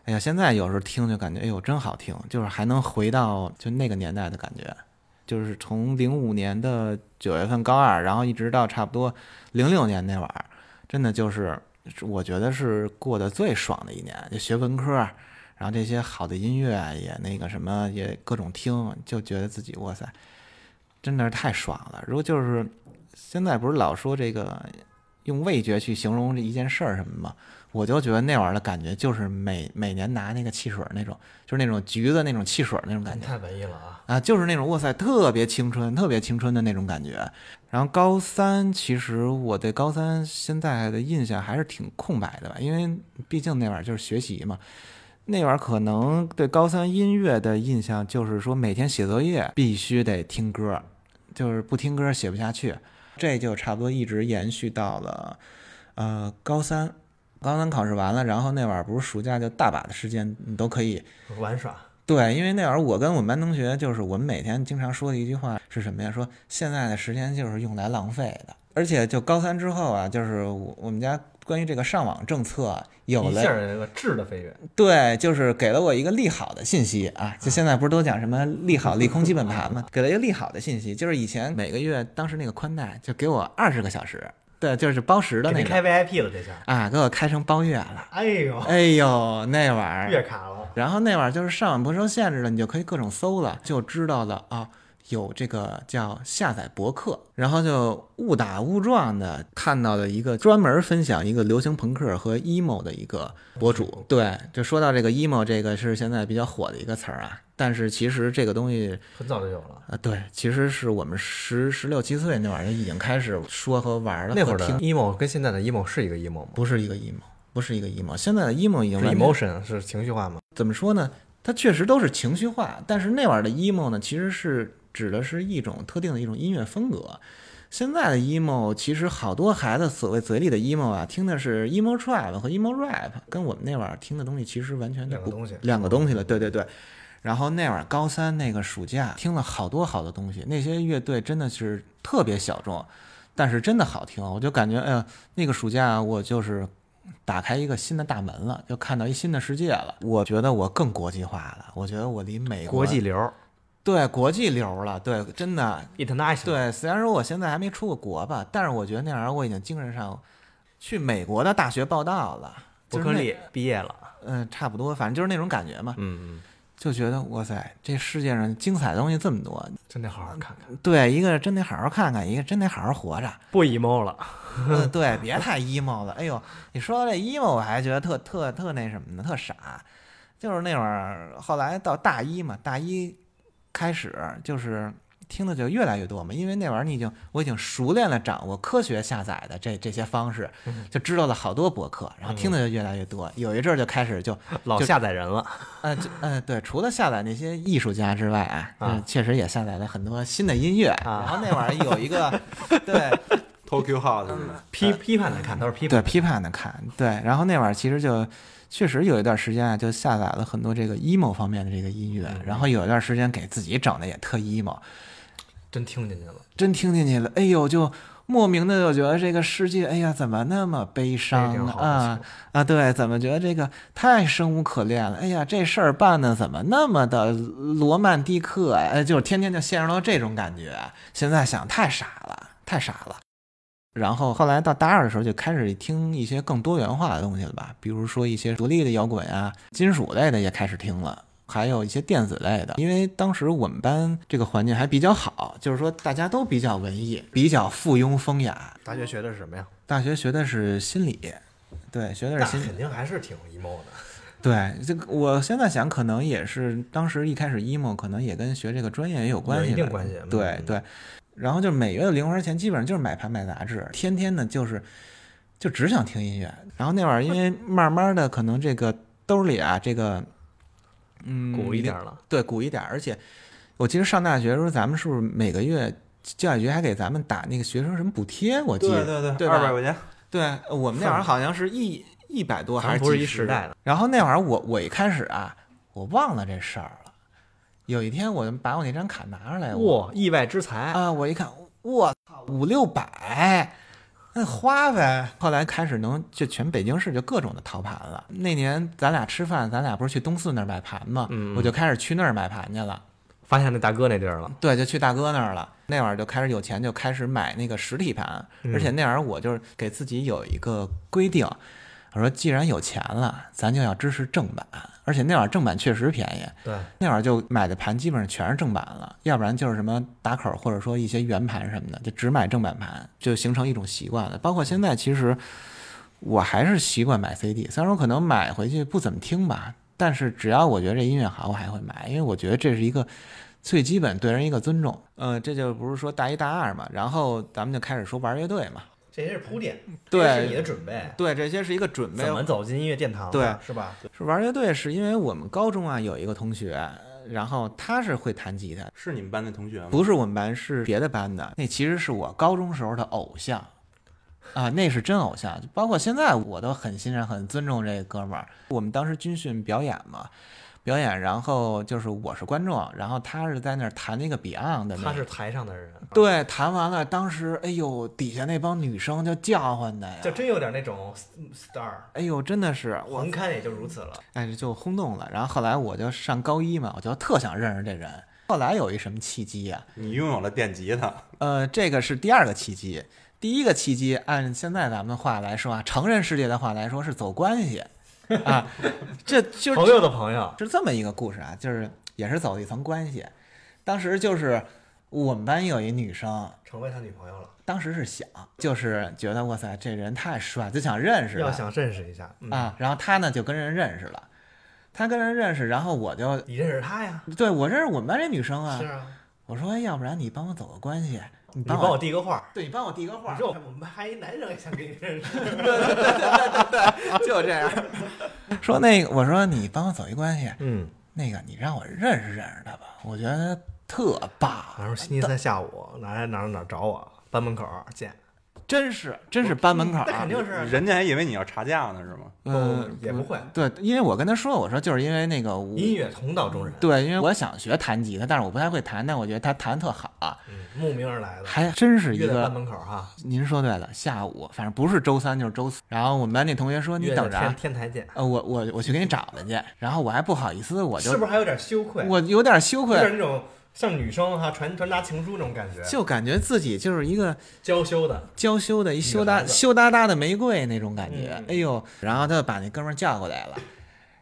[SPEAKER 3] 哎呀，现在有时候听就感觉，哎呦，真好听，就是还能回到就那个年代的感觉，就是从零五年的九月份高二，然后一直到差不多零六年那会儿，真的就是我觉得是过得最爽的一年，就学文科，然后这些好的音乐啊也那个什么也各种听，就觉得自己哇塞，真的是太爽了。如果就是现在不是老说这个用味觉去形容这一件事儿什么吗？我就觉得那玩意儿的感觉就是每每年拿那个汽水儿那种，就是那种橘子那种汽水儿那种感
[SPEAKER 2] 你
[SPEAKER 3] 觉
[SPEAKER 2] 太文艺了啊！
[SPEAKER 3] 啊，就是那种哇塞，特别青春、特别青春的那种感觉。然后高三，其实我对高三现在的印象还是挺空白的吧，因为毕竟那会儿就是学习嘛。那会儿可能对高三音乐的印象就是说，每天写作业必须得听歌，就是不听歌写不下去。这就差不多一直延续到了呃高三。高三考试完了，然后那会儿不是暑假就大把的时间，你都可以
[SPEAKER 2] 玩耍，
[SPEAKER 3] 对，因为那会儿我跟我们班同学，就是我们每天经常说的一句话是什么呀？说现在的时间就是用来浪费的。而且就高三之后啊，就是我我们家关于这个上网政策啊有
[SPEAKER 2] 一下
[SPEAKER 3] 了，
[SPEAKER 2] 儿有个质的飞跃。
[SPEAKER 3] 对，就是给了我一个利好的信息啊。就现在不是都讲什么利好、利空基本盘嘛，给了一个利好的信息，就是以前每个月当时那个宽带就给我二十个小时，对，就是包时的
[SPEAKER 2] 给
[SPEAKER 3] 那
[SPEAKER 2] 您开
[SPEAKER 3] 个
[SPEAKER 2] VIP 了，这下，
[SPEAKER 3] 啊，给我开成包月了。
[SPEAKER 2] 哎呦，
[SPEAKER 3] 哎呦，那玩意儿
[SPEAKER 2] 月卡了，
[SPEAKER 3] 然后那会儿就是上网不受限制了，你就可以各种搜了，就知道了啊，有这个叫下载博客，然后就误打误撞的看到了一个专门分享一个流行朋克和 emo 的一个博
[SPEAKER 2] 嗯
[SPEAKER 3] 主。对，就说到这个 emo，这个是现在比较火的一个词儿啊，但是其实这个东西
[SPEAKER 2] 很早就有了。
[SPEAKER 3] 啊，对，其实是我们十十六七岁那会儿就已经开始说和玩了，
[SPEAKER 2] 那会儿的
[SPEAKER 3] 和听
[SPEAKER 2] emo 跟现在的 emo 是一个 emo 吗？
[SPEAKER 3] 不是一个 emo，不是一个 emo，现在的 emo 已经
[SPEAKER 2] 是
[SPEAKER 3] 完全
[SPEAKER 2] emotion 是情绪化吗？
[SPEAKER 3] 怎么说呢？它确实都是情绪化，但是那玩意儿的 emo 呢，其实是指的是一种特定的一种音乐风格。现在的 emo 其实好多孩子所谓嘴里的 emo 啊，听的是 emo trap 和 emo rap，跟我们那会儿听的东西其实完全就
[SPEAKER 2] 两个
[SPEAKER 3] 不
[SPEAKER 2] 东西，
[SPEAKER 3] 两个东西了，对对对。然后那会儿高三那个暑假听了好多好多东西，那些乐队真的是特别小众，但是真的好听，我就感觉哎呀，那个暑假我就是打开一个新的大门了，就看到一新的世界了。我觉得我更国际化了，我觉得我离美国
[SPEAKER 2] 国际流
[SPEAKER 3] 对国际流了，对，真的
[SPEAKER 2] ，international，，
[SPEAKER 3] 对，虽然说我现在还没出过国吧，但是我觉得那会儿我已经精神上去美国的大学报道了，
[SPEAKER 2] 伯
[SPEAKER 3] 就是
[SPEAKER 2] 克
[SPEAKER 3] 那
[SPEAKER 2] 利毕业了，
[SPEAKER 3] 嗯、差不多，反正就是那种感觉嘛。
[SPEAKER 2] 嗯，
[SPEAKER 3] 就觉得哇塞，这世界上精彩的东西这么多。
[SPEAKER 2] 真得好好看看，
[SPEAKER 3] 对，一个真得好好看看，一个真得好好活着。
[SPEAKER 2] 不 emo 了，
[SPEAKER 3] 呃对，别太 emo 了。哎呦，你说到这 emo，我还觉得特特特那什么呢，特傻。就是那会儿，后来到大一嘛，大一开始就是听的就越来越多嘛，因为那玩意儿你已经我已经熟练了掌握科学下载的这这些方式，就知道了好多博客，然后听的就越来越多。有一阵儿就开始就
[SPEAKER 2] 老
[SPEAKER 3] 就
[SPEAKER 2] 下载人了，
[SPEAKER 3] 呃，这呃，对，除了下载那些艺术家之外啊，
[SPEAKER 2] 啊
[SPEAKER 3] 嗯，确实也下载了很多新的音乐。然后那玩意儿有一个， <laughs> 对
[SPEAKER 1] Tokyo House 什么
[SPEAKER 3] 嗯
[SPEAKER 1] 的
[SPEAKER 2] 批批判的看，都是批
[SPEAKER 3] 对，
[SPEAKER 2] 判，
[SPEAKER 3] 批判的看，对。然后那玩意儿其实就确实有一段时间啊，就下载了很多这个 emo 方面的这个音乐。然后有一段时间给自己整的也特 emo，
[SPEAKER 2] 真听进去了，
[SPEAKER 3] 真听进去了，哎呦，就莫名的就觉得这个世界，哎呀，怎么那么悲伤
[SPEAKER 2] 这个好
[SPEAKER 3] 啊啊！对，怎么觉得这个太生无可恋了？哎呀，这事儿办的怎么那么的罗曼蒂克啊？哎，就是天天就陷入到这种感觉。现在想太傻了，太傻了。然后后来到大二的时候，就开始听一些更多元化的东西了吧，比如说一些独立的摇滚啊、金属类的也开始听了。还有一些电子类的，因为当时我们班这个环境还比较好，就是说大家都比较文艺，比较附庸风雅。
[SPEAKER 2] 大学学的是什么呀？
[SPEAKER 3] 大学学的是心理，对，学的
[SPEAKER 2] 那
[SPEAKER 3] 是心理。
[SPEAKER 2] 肯定还是挺 emo 的，
[SPEAKER 3] 对，这个我现在想，可能也是当时一开始 emo，可能也跟学这个专业也有关系
[SPEAKER 2] 有
[SPEAKER 3] 吧，
[SPEAKER 2] 一定关系嗯
[SPEAKER 3] 对对，然后就是每月的零花钱，基本上就是买盘买杂志，天天呢就是就只想听音乐。然后那会儿因为慢慢的，可能这个兜里啊，这个嗯，
[SPEAKER 2] 鼓一点了。
[SPEAKER 3] 对，鼓一点儿。而且我记得上大学的时候，咱们是不是每个月教育局还给咱们打那个学生什么补贴？我记得，
[SPEAKER 1] 对
[SPEAKER 3] 对吧
[SPEAKER 1] 二百块钱，
[SPEAKER 3] 对我们那会儿好像是一一百多还
[SPEAKER 2] 咱
[SPEAKER 3] 是
[SPEAKER 2] 不是
[SPEAKER 3] 几
[SPEAKER 2] 一
[SPEAKER 3] 十
[SPEAKER 2] 时代的，
[SPEAKER 3] 然后那会儿我我一开始啊，我忘了这事儿了。有一天我把我那张卡拿出来，我
[SPEAKER 2] 哇，意外之财，
[SPEAKER 3] 啊，我一看，我操，五六百，那花呗。后来开始能就全北京市就各种的淘盘了。那年咱俩吃饭，咱俩不是去东四那儿买盘吗？
[SPEAKER 2] 嗯
[SPEAKER 3] 我就开始去那儿买盘去了。
[SPEAKER 2] 发现那大哥那地儿了，
[SPEAKER 3] 对，就去大哥那儿了。那会儿就开始有钱，就开始买那个实体盘，
[SPEAKER 2] 嗯
[SPEAKER 3] 而且那会儿我就是给自己有一个规定，我说既然有钱了，咱就要支持正版。而且那会儿正版确实便宜，
[SPEAKER 2] 对，
[SPEAKER 3] 那会儿就买的盘基本上全是正版了，要不然就是什么打口或者说一些原盘什么的，就只买正版盘，就形成一种习惯了。包括现在其实我还是习惯买 CD，虽然说可能买回去不怎么听吧，但是只要我觉得这音乐好，我还会买，因为我觉得这是一个最基本对人一个尊重。呃，这就不是说大一大二嘛，然后咱们就开始说玩乐队嘛，
[SPEAKER 2] 这些是铺垫，
[SPEAKER 3] 对
[SPEAKER 2] 这是你的准备，
[SPEAKER 3] 对，这些是一个准备
[SPEAKER 2] 怎。么走进音乐殿堂的，
[SPEAKER 3] 对
[SPEAKER 2] 是吧？
[SPEAKER 3] 是玩乐队是因为我们高中啊有一个同学，然后他是会弹吉他，
[SPEAKER 1] 是你们班那同学吗？
[SPEAKER 3] 不是我们班，是别的班的。那其实是我高中时候的偶像啊，那是真偶像。包括现在我都很欣赏、很尊重这哥们儿。我们当时军训表演嘛，表演，然后就是我是观众，然后他是在那儿弹那个 Beyond 的、那个，
[SPEAKER 2] 他是台上的人，，啊
[SPEAKER 3] 对弹完了，当时哎呦，底下那帮女生就叫唤的呀
[SPEAKER 2] 就，真有点那种 star，
[SPEAKER 3] 哎呦，真的是我
[SPEAKER 2] 横看也就如此了。
[SPEAKER 3] 哎，就轰动了。然后后来我就上高一嘛，我就特想认识这人。后来有一什么契机呀、
[SPEAKER 1] 你拥有了电吉他，
[SPEAKER 3] 呃，这个是第二个契机。第一个契机，按现在咱们的话来说啊，成人世界的话来说是走关系
[SPEAKER 2] <laughs>
[SPEAKER 3] 啊，这就是
[SPEAKER 2] 朋友的朋友，
[SPEAKER 3] 是这么一个故事啊，就是也是走一层关系。当时就是我们班有一女生，
[SPEAKER 2] 成为他女朋友了，
[SPEAKER 3] 当时是想，就是觉得哇塞，这人太帅，就想认识
[SPEAKER 2] 要
[SPEAKER 3] 他
[SPEAKER 2] 想认识一下，嗯，
[SPEAKER 3] 啊。然后她呢就跟人认识了，她跟人认识，然后我就
[SPEAKER 2] 你认识他呀？
[SPEAKER 3] 对我认识我们班这女生啊
[SPEAKER 2] 是，啊，
[SPEAKER 3] 我说哎要不然你帮我走个关系，你
[SPEAKER 2] 你
[SPEAKER 3] 帮
[SPEAKER 2] 帮
[SPEAKER 3] 我
[SPEAKER 2] 我递个话。
[SPEAKER 3] 对你帮我递个话
[SPEAKER 2] 你，说我们班一男生也想跟你认识，
[SPEAKER 3] 就这样。 <laughs> 说那个，我说你帮我走一关系，
[SPEAKER 2] 嗯，
[SPEAKER 3] 那个你让我认识认识他吧，我觉得他特棒，
[SPEAKER 2] <laughs> 然后星期三下午哪儿哪儿哪儿找我，班门口见。
[SPEAKER 3] 真是真是班门口、啊，
[SPEAKER 2] 那肯定是
[SPEAKER 1] 人家还以为你要查架呢，是吗？
[SPEAKER 3] 呃
[SPEAKER 2] 嗯不也不会
[SPEAKER 3] 对，因为我跟他说，我说就是因为那个我
[SPEAKER 2] 音乐同道中人，
[SPEAKER 3] 对，因为我想学弹吉他，但是我不太会弹，但我觉得他弹特好啊、
[SPEAKER 2] 嗯，慕名而来的，
[SPEAKER 3] 还真是一
[SPEAKER 2] 约在班
[SPEAKER 3] 个。
[SPEAKER 2] 门口哈，
[SPEAKER 3] 您说对了，下午反正不是周三就是周四，然后我们班那同学说你
[SPEAKER 2] 约在
[SPEAKER 3] 等着
[SPEAKER 2] 天
[SPEAKER 3] 啊，
[SPEAKER 2] 天台见，
[SPEAKER 3] 呃，我我我去给你找他去，然后我还不好意思，我就是
[SPEAKER 2] 不是还有点羞愧？
[SPEAKER 3] 我有点羞
[SPEAKER 2] 有
[SPEAKER 3] 愧，
[SPEAKER 2] 点那种像女生哈传传达情书那种感觉，
[SPEAKER 3] 就感觉自己就是一个
[SPEAKER 2] 娇羞的，
[SPEAKER 3] 娇羞的一羞
[SPEAKER 2] 女
[SPEAKER 3] 答
[SPEAKER 2] 孩子
[SPEAKER 3] 羞答答的玫瑰那种感觉，
[SPEAKER 2] 嗯嗯嗯
[SPEAKER 3] 哎呦！然后他就把那哥们儿叫过来了，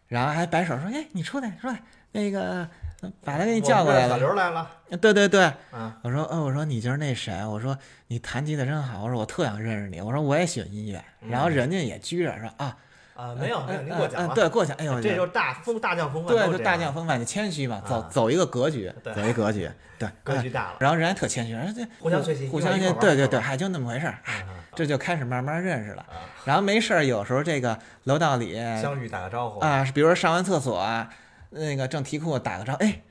[SPEAKER 3] 然后还摆手说：“哎，你出来，出来，那个呃把他给你叫过来
[SPEAKER 2] 小
[SPEAKER 3] 了。
[SPEAKER 2] 刘来了”
[SPEAKER 3] 对对对，
[SPEAKER 2] 啊，
[SPEAKER 3] 我说，哦，我说你就是那谁，我说你弹吉他真好，我说我特想认识你，我说我也喜欢音乐，然后人家也撅着说啊，
[SPEAKER 2] 嗯啊，没有，没有，
[SPEAKER 3] 嗯
[SPEAKER 2] 您过奖
[SPEAKER 3] 嗯
[SPEAKER 2] 了，
[SPEAKER 3] 对，过奖，哎呦，
[SPEAKER 2] 这就是大风大将风范，啊
[SPEAKER 3] 对，
[SPEAKER 2] 都
[SPEAKER 3] 就是
[SPEAKER 2] 这
[SPEAKER 3] 大
[SPEAKER 2] 样
[SPEAKER 3] 将风范，你谦虚嘛，走
[SPEAKER 2] 啊
[SPEAKER 3] 走一个格局，
[SPEAKER 2] 对
[SPEAKER 3] 走一格局，对，
[SPEAKER 2] 格
[SPEAKER 3] 哎
[SPEAKER 2] 局大了，
[SPEAKER 3] 然后人还特谦虚，人家
[SPEAKER 2] 互相学习
[SPEAKER 3] 互
[SPEAKER 2] 一块儿
[SPEAKER 3] 相学
[SPEAKER 2] 一
[SPEAKER 3] 习
[SPEAKER 2] 块，儿
[SPEAKER 3] 对
[SPEAKER 2] 玩
[SPEAKER 3] 对
[SPEAKER 2] 一块
[SPEAKER 3] 对，
[SPEAKER 2] 儿
[SPEAKER 3] 还就那么回事儿，
[SPEAKER 2] 嗯嗯
[SPEAKER 3] 这就开始慢慢认识了
[SPEAKER 2] 啊。
[SPEAKER 3] 然后没事儿，有时候这个楼道里
[SPEAKER 2] 嗯
[SPEAKER 3] 啊，
[SPEAKER 2] 相遇打个招呼，
[SPEAKER 3] 比如说上完厕所啊，那个正提裤打个招呼，哎，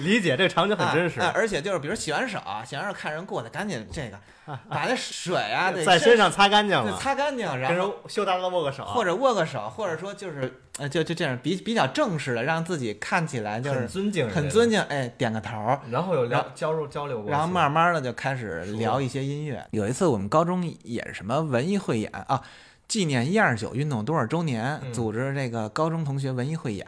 [SPEAKER 2] 理解这个场景
[SPEAKER 3] 啊啊而且就是比如洗完手，啊洗完手看人过来，赶紧这
[SPEAKER 2] <laughs>
[SPEAKER 3] 个把那水啊得
[SPEAKER 2] 在身
[SPEAKER 3] 上
[SPEAKER 2] 上擦干净
[SPEAKER 3] 得
[SPEAKER 2] 了，
[SPEAKER 3] 擦干净，
[SPEAKER 2] 跟
[SPEAKER 3] 然后
[SPEAKER 2] 人羞答答地握个手，啊
[SPEAKER 3] 或者握个手，或者说就是呃就就这样比比较正式的，让自己看起来就
[SPEAKER 2] 很
[SPEAKER 3] 是
[SPEAKER 2] 尊敬人，
[SPEAKER 3] 很尊敬，哎，点个头儿。
[SPEAKER 2] 敬，然后有
[SPEAKER 3] 然
[SPEAKER 2] 聊交流交流过，
[SPEAKER 3] 然后慢慢的就开始
[SPEAKER 2] 说
[SPEAKER 3] 聊一些音乐。有一次我们高中也是什么文艺汇演啊，纪念一二九运动多少周年，
[SPEAKER 2] 嗯
[SPEAKER 3] 组织这个高中同学文艺汇演。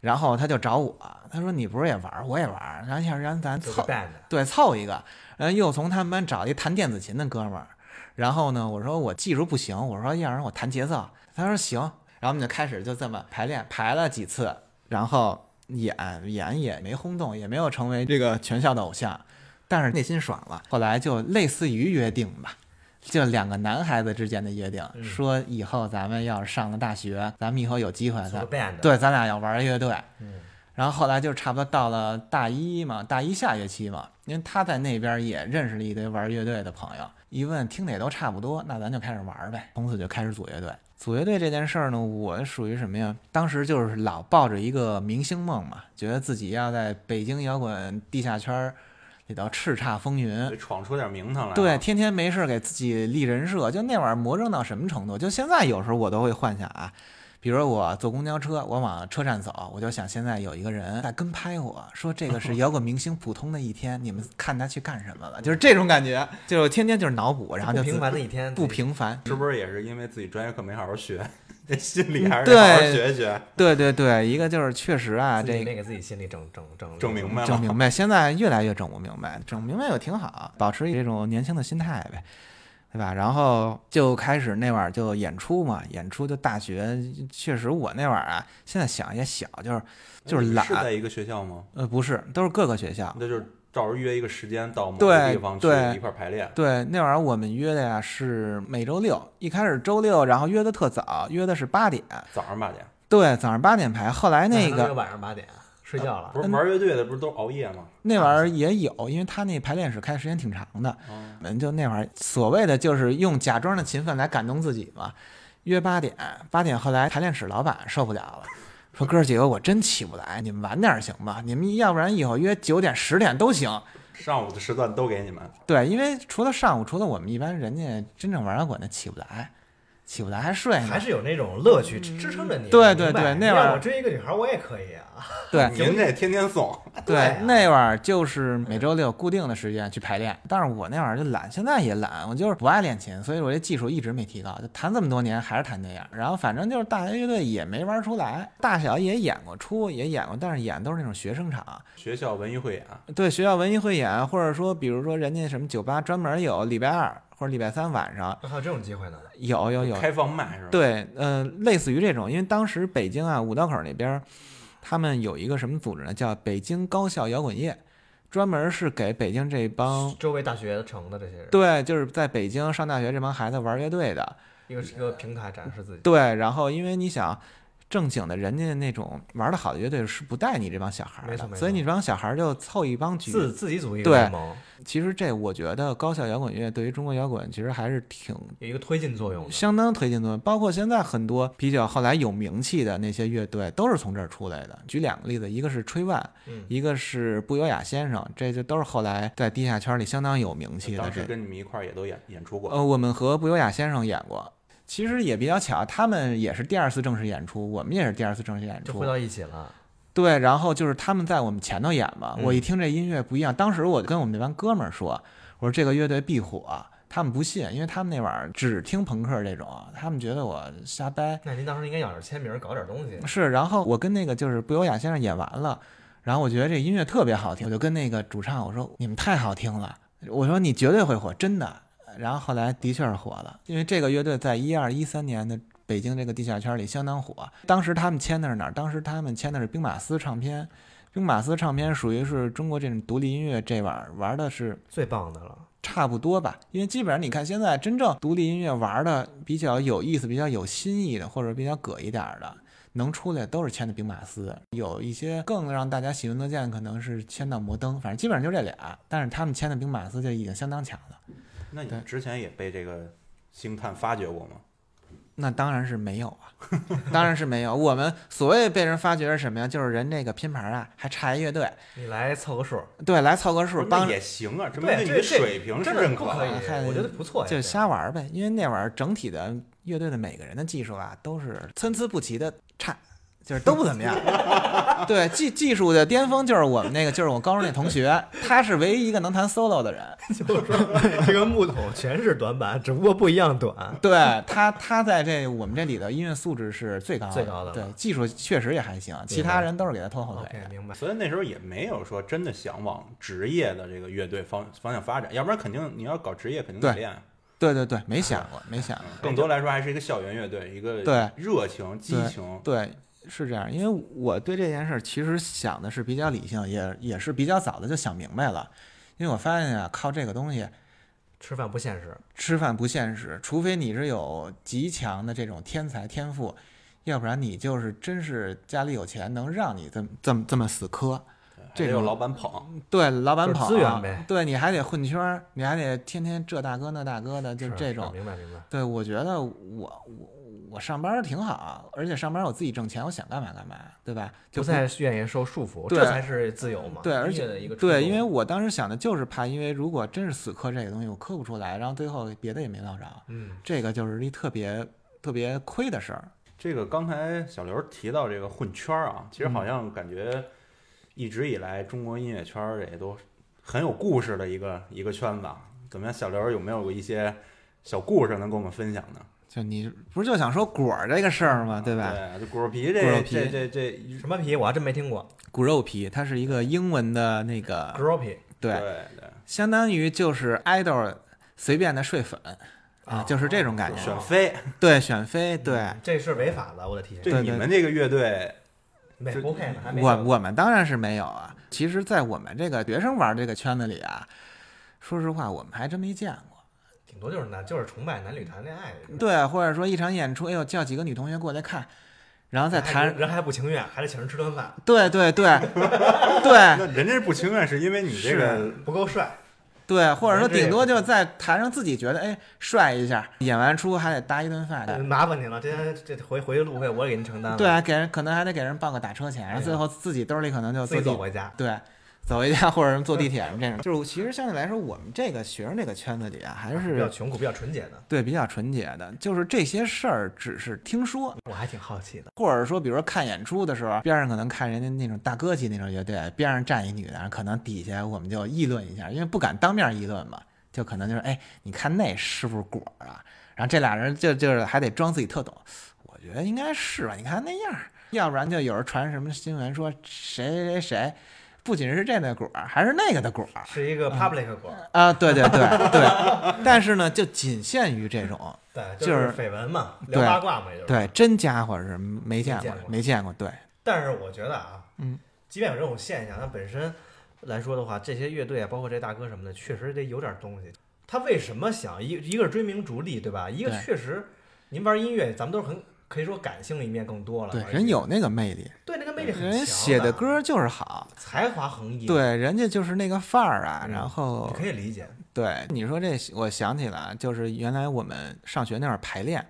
[SPEAKER 3] 然后他就找我，他说你不是也玩儿，我也玩儿，然后要不然咱
[SPEAKER 2] 就是
[SPEAKER 3] 凑
[SPEAKER 2] 带着，
[SPEAKER 3] 对凑一个。然后又从他们班找一弹电子琴的哥们儿，然后呢，我说我技术不行，我说要不然我弹节奏，他说行，然后我们就开始就这么排练，排了几次，然后演演也没轰动，也没有成为这个全校的偶像，但是内心爽了。后来就类似于约定吧， <laughs> 就两个男孩子之间的约定，
[SPEAKER 2] 嗯
[SPEAKER 3] 说以后咱们要是上了大学，咱们以后有机会，
[SPEAKER 2] 组个
[SPEAKER 3] 咱
[SPEAKER 2] band，，
[SPEAKER 3] 啊对咱俩要玩乐队。
[SPEAKER 2] 嗯
[SPEAKER 3] 然后后来就差不多到了大一嘛，大一下学期嘛，因为他在那边也认识了一堆玩乐队的朋友，一问听的也都差不多，那咱就开始玩呗，从此就开始组乐队。组乐队这件事儿呢，我属于什么呀？当时就是老抱着一个明星梦嘛，觉得自己要在北京摇滚地下圈儿里头叱咤风云，
[SPEAKER 1] 得闯出点名堂来啊。
[SPEAKER 3] 嗯对，天天没事给自己立人设，就那玩意儿魔怔到什么程度？就现在有时候我都会幻想啊，比如我坐公交车，我往车站走，我就想现在有一个人在跟拍我，说这个是摇滚明星普通的一天，你们看他去干什么了，就是这种感觉，就是天天就是脑补，然后就
[SPEAKER 2] 不
[SPEAKER 3] 自
[SPEAKER 2] 平凡的一天，
[SPEAKER 3] 不平凡，
[SPEAKER 1] 是不是也是因为自己专业课没好好学，这心里还是
[SPEAKER 3] 对
[SPEAKER 1] 得好好学一学，
[SPEAKER 3] 对对对，一个就是确实啊，
[SPEAKER 2] 自己
[SPEAKER 3] 这个
[SPEAKER 2] 没给自己心里整整整
[SPEAKER 1] 整明白了。
[SPEAKER 3] 整明白，现在越来越整不明白，整明白也挺好，保持这种年轻的心态呗，对吧？然后就开始那会儿就演出嘛，演出就大学，确实我那会儿啊，现在想也小，就是就是
[SPEAKER 1] 你
[SPEAKER 3] 懒
[SPEAKER 1] 是，在一个学校吗？
[SPEAKER 3] 呃，不是，都是各个学校。
[SPEAKER 1] 那就是到时候约一个时间到某个
[SPEAKER 3] 对
[SPEAKER 1] 地方去
[SPEAKER 3] 对
[SPEAKER 1] 一块儿排练。
[SPEAKER 3] 对，那会儿我们约的呀是每周六，一开始周六，然后约的特早，约的是八点，
[SPEAKER 1] 早上八点，
[SPEAKER 3] 对，早上八点排。后来那个
[SPEAKER 2] 晚上八点睡觉了，
[SPEAKER 1] 不是玩乐队的，不是都熬夜吗？
[SPEAKER 3] 那玩意儿也有，因为他那排练室开的时间挺长的，
[SPEAKER 1] 啊，
[SPEAKER 3] 我们就那会儿所谓的就是用假装的勤奋来感动自己嘛。约八点，八点后来排练室老板受不了了，说哥儿几个我真起不来，你们晚点儿行吗？你们要不然以后约九点、十点都行。
[SPEAKER 1] 上午的时段都给你们，
[SPEAKER 3] 对，因为除了上午，除了我们一般人家真正玩摇滚的起不来，起不来还睡呢
[SPEAKER 2] 还。是有那种乐趣支支撑着你。
[SPEAKER 3] 哎对对
[SPEAKER 2] 明白
[SPEAKER 3] 对那
[SPEAKER 2] 要
[SPEAKER 3] 玩意儿
[SPEAKER 2] 我追一个女孩，我也可以啊。 <laughs>
[SPEAKER 3] 对，
[SPEAKER 1] 您这天天送，
[SPEAKER 2] 对
[SPEAKER 3] 对
[SPEAKER 2] 啊，
[SPEAKER 3] 那会儿就是每周六固定的时间去排练，但是我那会儿就懒，现在也懒，我就是不爱练琴，所以我这技术一直没提高，就弹这么多年还是弹那样。然后反正就是大学乐队也没玩出来，大小也演过出，也演过，但是演都是那种学生场，
[SPEAKER 1] 学校文艺汇演，
[SPEAKER 3] 对学校文艺汇演，或者说比如说人家什么酒吧专门有礼拜二或者礼拜三晚上
[SPEAKER 2] 还有这种机会呢？
[SPEAKER 3] 有有有，
[SPEAKER 1] 开放麦是吧？，
[SPEAKER 3] 对，呃，类似于这种，因为当时北京啊五道口那边儿，他们有一个什么组织呢，叫北京高校摇滚夜，专门是给北京这帮
[SPEAKER 2] 周围大学城的这些人，
[SPEAKER 3] 对，就是在北京上大学这帮孩子玩乐队的，
[SPEAKER 2] 一个一个平台展示自己。
[SPEAKER 3] 对，然后因为你想。正经的人家那种玩的好的乐队是不带你这帮小孩
[SPEAKER 2] 没
[SPEAKER 3] 儿
[SPEAKER 2] 错
[SPEAKER 3] 的，
[SPEAKER 2] 没
[SPEAKER 3] 所以
[SPEAKER 2] 错
[SPEAKER 3] 你这帮小孩儿就凑一帮局。
[SPEAKER 2] 自自己组一个
[SPEAKER 3] 对
[SPEAKER 2] 联盟，
[SPEAKER 3] 其实这我觉得高校摇滚乐对于中国摇滚其实还是挺
[SPEAKER 2] 有一个推进作用的。
[SPEAKER 3] 相当推荐作用。包括现在很多比较后来有名气的那些乐队，都是从这儿出来的。举两个例子，一个是吹万，
[SPEAKER 2] 嗯，
[SPEAKER 3] 一个是不优雅先生，这就都是后来在地下圈里相当有名气的
[SPEAKER 1] 当
[SPEAKER 3] 这
[SPEAKER 1] 时。跟你们一块儿也都演演出过，
[SPEAKER 3] 呃，我们和不优雅先生演过，其实也比较巧，他们也是第二次正式演出，我们也是第二次正式演
[SPEAKER 2] 就
[SPEAKER 3] 出
[SPEAKER 2] 回。到一起了。
[SPEAKER 3] 对，然后就是他们在我们前头演嘛，
[SPEAKER 2] 嗯
[SPEAKER 3] 我一听这音乐不一样，当时我跟我们那帮哥们儿说，我说这个乐队必火，他们不信，因为他们那会儿只听朋克这种，他们觉得我瞎掰。
[SPEAKER 2] 那您当时应该要点签名，搞点东西。
[SPEAKER 3] 是，然后我跟那个就是不优雅先生演完了，然后我觉得这音乐特别好听，我就跟那个主唱我说你们太好听了，我说你绝对会火，真的。然后后来的确是火了，因为这个乐队在一二一三年的北京这个地下圈里相当火。当时他们签的是哪儿？当时他们签的是兵马司唱片，兵马司唱片属于是中国这种独立音乐这玩意儿玩的是
[SPEAKER 2] 最棒的了，
[SPEAKER 3] 差不多吧，因为基本上你看现在真正独立音乐玩的比较有意思、比较有新意的，或者比较葛一点儿的，能出来都是签的兵马司。有一些更让大家喜闻乐见，可能是签到摩登，反正基本上就这俩。但是他们签的兵马司就已经相当强了。
[SPEAKER 1] 那你
[SPEAKER 3] 对
[SPEAKER 1] 之前也被这个星探发掘过吗？
[SPEAKER 3] 那当然是没有啊，当然是没有。我们所谓被人发掘是什么呀？就是人这个拼盘啊，还差一乐队，
[SPEAKER 2] 你来凑个数，
[SPEAKER 3] 对，来凑个
[SPEAKER 1] 不
[SPEAKER 3] 数
[SPEAKER 1] 是
[SPEAKER 3] 帮
[SPEAKER 1] 那也行啊，证明
[SPEAKER 2] 对
[SPEAKER 1] 你
[SPEAKER 2] 这
[SPEAKER 1] 的
[SPEAKER 2] 这
[SPEAKER 1] 水平是
[SPEAKER 2] 真的
[SPEAKER 1] 认
[SPEAKER 2] 不
[SPEAKER 1] 可
[SPEAKER 2] 可以
[SPEAKER 1] 的。
[SPEAKER 3] 的，
[SPEAKER 2] 我觉得不错呀。
[SPEAKER 3] 就
[SPEAKER 2] 这
[SPEAKER 3] 瞎玩儿呗，因为那玩意儿整体的乐队的每个人的技术啊，都是参差不齐的差，就是都不怎么样。 <laughs> 对技技术的巅峰就是我们那个，就是我高中那同学，他是唯一一个能弹 solo 的人。
[SPEAKER 2] 就是
[SPEAKER 3] <laughs>
[SPEAKER 2] 说这个木桶全是短板，只不过不一样
[SPEAKER 3] <laughs>
[SPEAKER 2] 短。
[SPEAKER 3] 对他，他在这我们这里的音乐素质是最高的，
[SPEAKER 2] 最高的了
[SPEAKER 3] 对技术确实也还行，其他人都是给他拖后腿
[SPEAKER 2] OK，
[SPEAKER 3] 的。
[SPEAKER 2] 明白。
[SPEAKER 1] 所以那时候也没有说真的想往职业的这个乐队方方向发展，要不然肯定你要搞职业肯定得
[SPEAKER 3] 对
[SPEAKER 1] 练啊。
[SPEAKER 3] 对对对，没想过，没想过。
[SPEAKER 1] 嗯更多来说还是一个校园乐队，一个
[SPEAKER 3] 对
[SPEAKER 1] 热情、激情。
[SPEAKER 3] 对，是这样，因为我对这件事儿其实想的是比较理性，也也是比较早的就想明白了，因为我发现啊，靠这个东西
[SPEAKER 2] 吃饭不现实，
[SPEAKER 3] 吃饭不现实，除非你是有极强的这种天才天赋，要不然你就是真是家里有钱，能让你这么这么这么死磕。这
[SPEAKER 1] 还得有
[SPEAKER 3] 种
[SPEAKER 1] 老板捧，
[SPEAKER 3] 对，老板
[SPEAKER 2] 就是
[SPEAKER 3] 捧
[SPEAKER 2] 资源呗
[SPEAKER 3] 对，你还得混圈儿，你还得天天这大哥那大哥的，就是这种。
[SPEAKER 2] 明白明白。
[SPEAKER 3] 对，我觉得我我我上班儿挺好，而且上班儿我自己挣钱，我想干嘛干嘛，对吧？就
[SPEAKER 2] 不再愿意受束缚，
[SPEAKER 3] 对
[SPEAKER 2] 这才是自由嘛。
[SPEAKER 3] 对，而
[SPEAKER 2] 音乐
[SPEAKER 3] 且
[SPEAKER 2] 的一个初
[SPEAKER 3] 对，
[SPEAKER 2] 衷
[SPEAKER 3] 因为我当时想的就是怕，因为如果真是死磕这个东西，我磕不出来，然后最后别的也没捞着，
[SPEAKER 2] 嗯，
[SPEAKER 3] 这个就是一特别特别亏的事儿。
[SPEAKER 1] 这个刚才小刘提到这个混圈儿啊，其实
[SPEAKER 3] 嗯
[SPEAKER 1] 好像感觉一直以来中国音乐圈儿也都很有故事的一个一个圈子。啊。怎么样，小刘有没有一些小故事能跟我们分享呢？啊
[SPEAKER 3] 就你不是就想说果儿这个事儿吗？对吧？
[SPEAKER 1] 对，这骨肉皮这
[SPEAKER 3] 骨肉皮
[SPEAKER 1] 这这这一
[SPEAKER 2] 什么皮我还真没听过
[SPEAKER 3] 骨肉皮，它是一个英文的那个，
[SPEAKER 2] ，grow 皮
[SPEAKER 1] 对
[SPEAKER 3] 对，
[SPEAKER 1] 对
[SPEAKER 3] 相当于就是 idol 随便的睡粉啊，
[SPEAKER 2] 啊，
[SPEAKER 3] 就是这种感觉。
[SPEAKER 1] 选妃，
[SPEAKER 3] 对，选妃，对。
[SPEAKER 2] 嗯这是违法的，我的提醒。
[SPEAKER 1] 这你们这个乐队
[SPEAKER 2] 没
[SPEAKER 1] 这
[SPEAKER 2] 不配呢，还没
[SPEAKER 3] 我
[SPEAKER 2] 到
[SPEAKER 3] 我们当然是没有啊。其实，在我们这个学生玩这个圈子里啊，说实话，我们还真没见过。
[SPEAKER 2] 顶多就是男就是崇拜男女谈恋爱，
[SPEAKER 3] 对，或者说一场演出，哎呦，叫几个女同学过来看，然后再
[SPEAKER 2] 还
[SPEAKER 3] 谈。
[SPEAKER 2] 人还不情愿，还得请人吃顿饭，
[SPEAKER 3] 对对对对
[SPEAKER 1] 那人家不情哎愿是因为你这个
[SPEAKER 2] 不够帅，
[SPEAKER 3] 对，或者说
[SPEAKER 2] 这也
[SPEAKER 3] 顶多
[SPEAKER 2] 不
[SPEAKER 3] 就在台上自己觉得哎帅一下，演完出还得搭一顿饭。
[SPEAKER 2] 麻烦您了，这这回回去路费我给您承担了，
[SPEAKER 3] 哎对，啊，给人可能还得给人报个打车钱，然后最后自己兜里可能就
[SPEAKER 2] 哎自
[SPEAKER 3] 坐
[SPEAKER 2] 己
[SPEAKER 3] 地
[SPEAKER 2] 走回家。
[SPEAKER 3] 对，走一下或者什
[SPEAKER 2] <laughs>
[SPEAKER 3] 么坐地铁什么这种。就是其实相对来说，我们这个学生这个圈子里啊，还
[SPEAKER 2] 比
[SPEAKER 3] 是
[SPEAKER 2] 较穷苦、比较纯洁的，
[SPEAKER 3] 对，比较纯洁的，就是这些事儿只是听说，
[SPEAKER 2] 我还挺好奇的。
[SPEAKER 3] 或者说，比如说看演出的时候，边上可能看人家那种大哥级那种乐队，边上站一女的，可能底下我们就议论一下，因为不敢当面议论嘛，就可能就是哎，你看那是不是果儿啊？然后这俩人就就是还得装自己特懂，我觉得应该是吧，你看那样儿，要不然就有人传什么新闻说谁谁谁谁，不仅是这的果儿，还是那个的果儿
[SPEAKER 2] 是一个 public 果，
[SPEAKER 3] 啊，对对对对，但是呢，就仅限于这种。
[SPEAKER 2] 对，
[SPEAKER 3] 就是是
[SPEAKER 2] 绯闻嘛，
[SPEAKER 3] 对
[SPEAKER 2] 聊八卦嘛，也就是。
[SPEAKER 3] 对，真家伙是没见
[SPEAKER 2] 见
[SPEAKER 3] 过
[SPEAKER 2] 过，
[SPEAKER 3] 没见过。对，
[SPEAKER 2] 但是我觉得啊，
[SPEAKER 3] 嗯，
[SPEAKER 2] 即便有这种现象，它本身来说的话，这些乐队啊，包括这大哥什么的，确实得有点东西。他为什么想一一个是追名逐利，对吧？一个
[SPEAKER 3] 对
[SPEAKER 2] 确实，您玩音乐，咱们都是很可以说感性的一面更多了。
[SPEAKER 3] 对，
[SPEAKER 2] 玩音乐
[SPEAKER 3] 人有那个魅力，
[SPEAKER 2] 对那个魅力很强，
[SPEAKER 3] 人家写的歌就是好，
[SPEAKER 2] 才华横溢，，
[SPEAKER 3] 对，人家就是那个范儿啊。
[SPEAKER 2] 嗯
[SPEAKER 3] 然后
[SPEAKER 2] 你，可以理解。
[SPEAKER 3] 对你说这，我想起来，就是原来我们上学那会儿排练，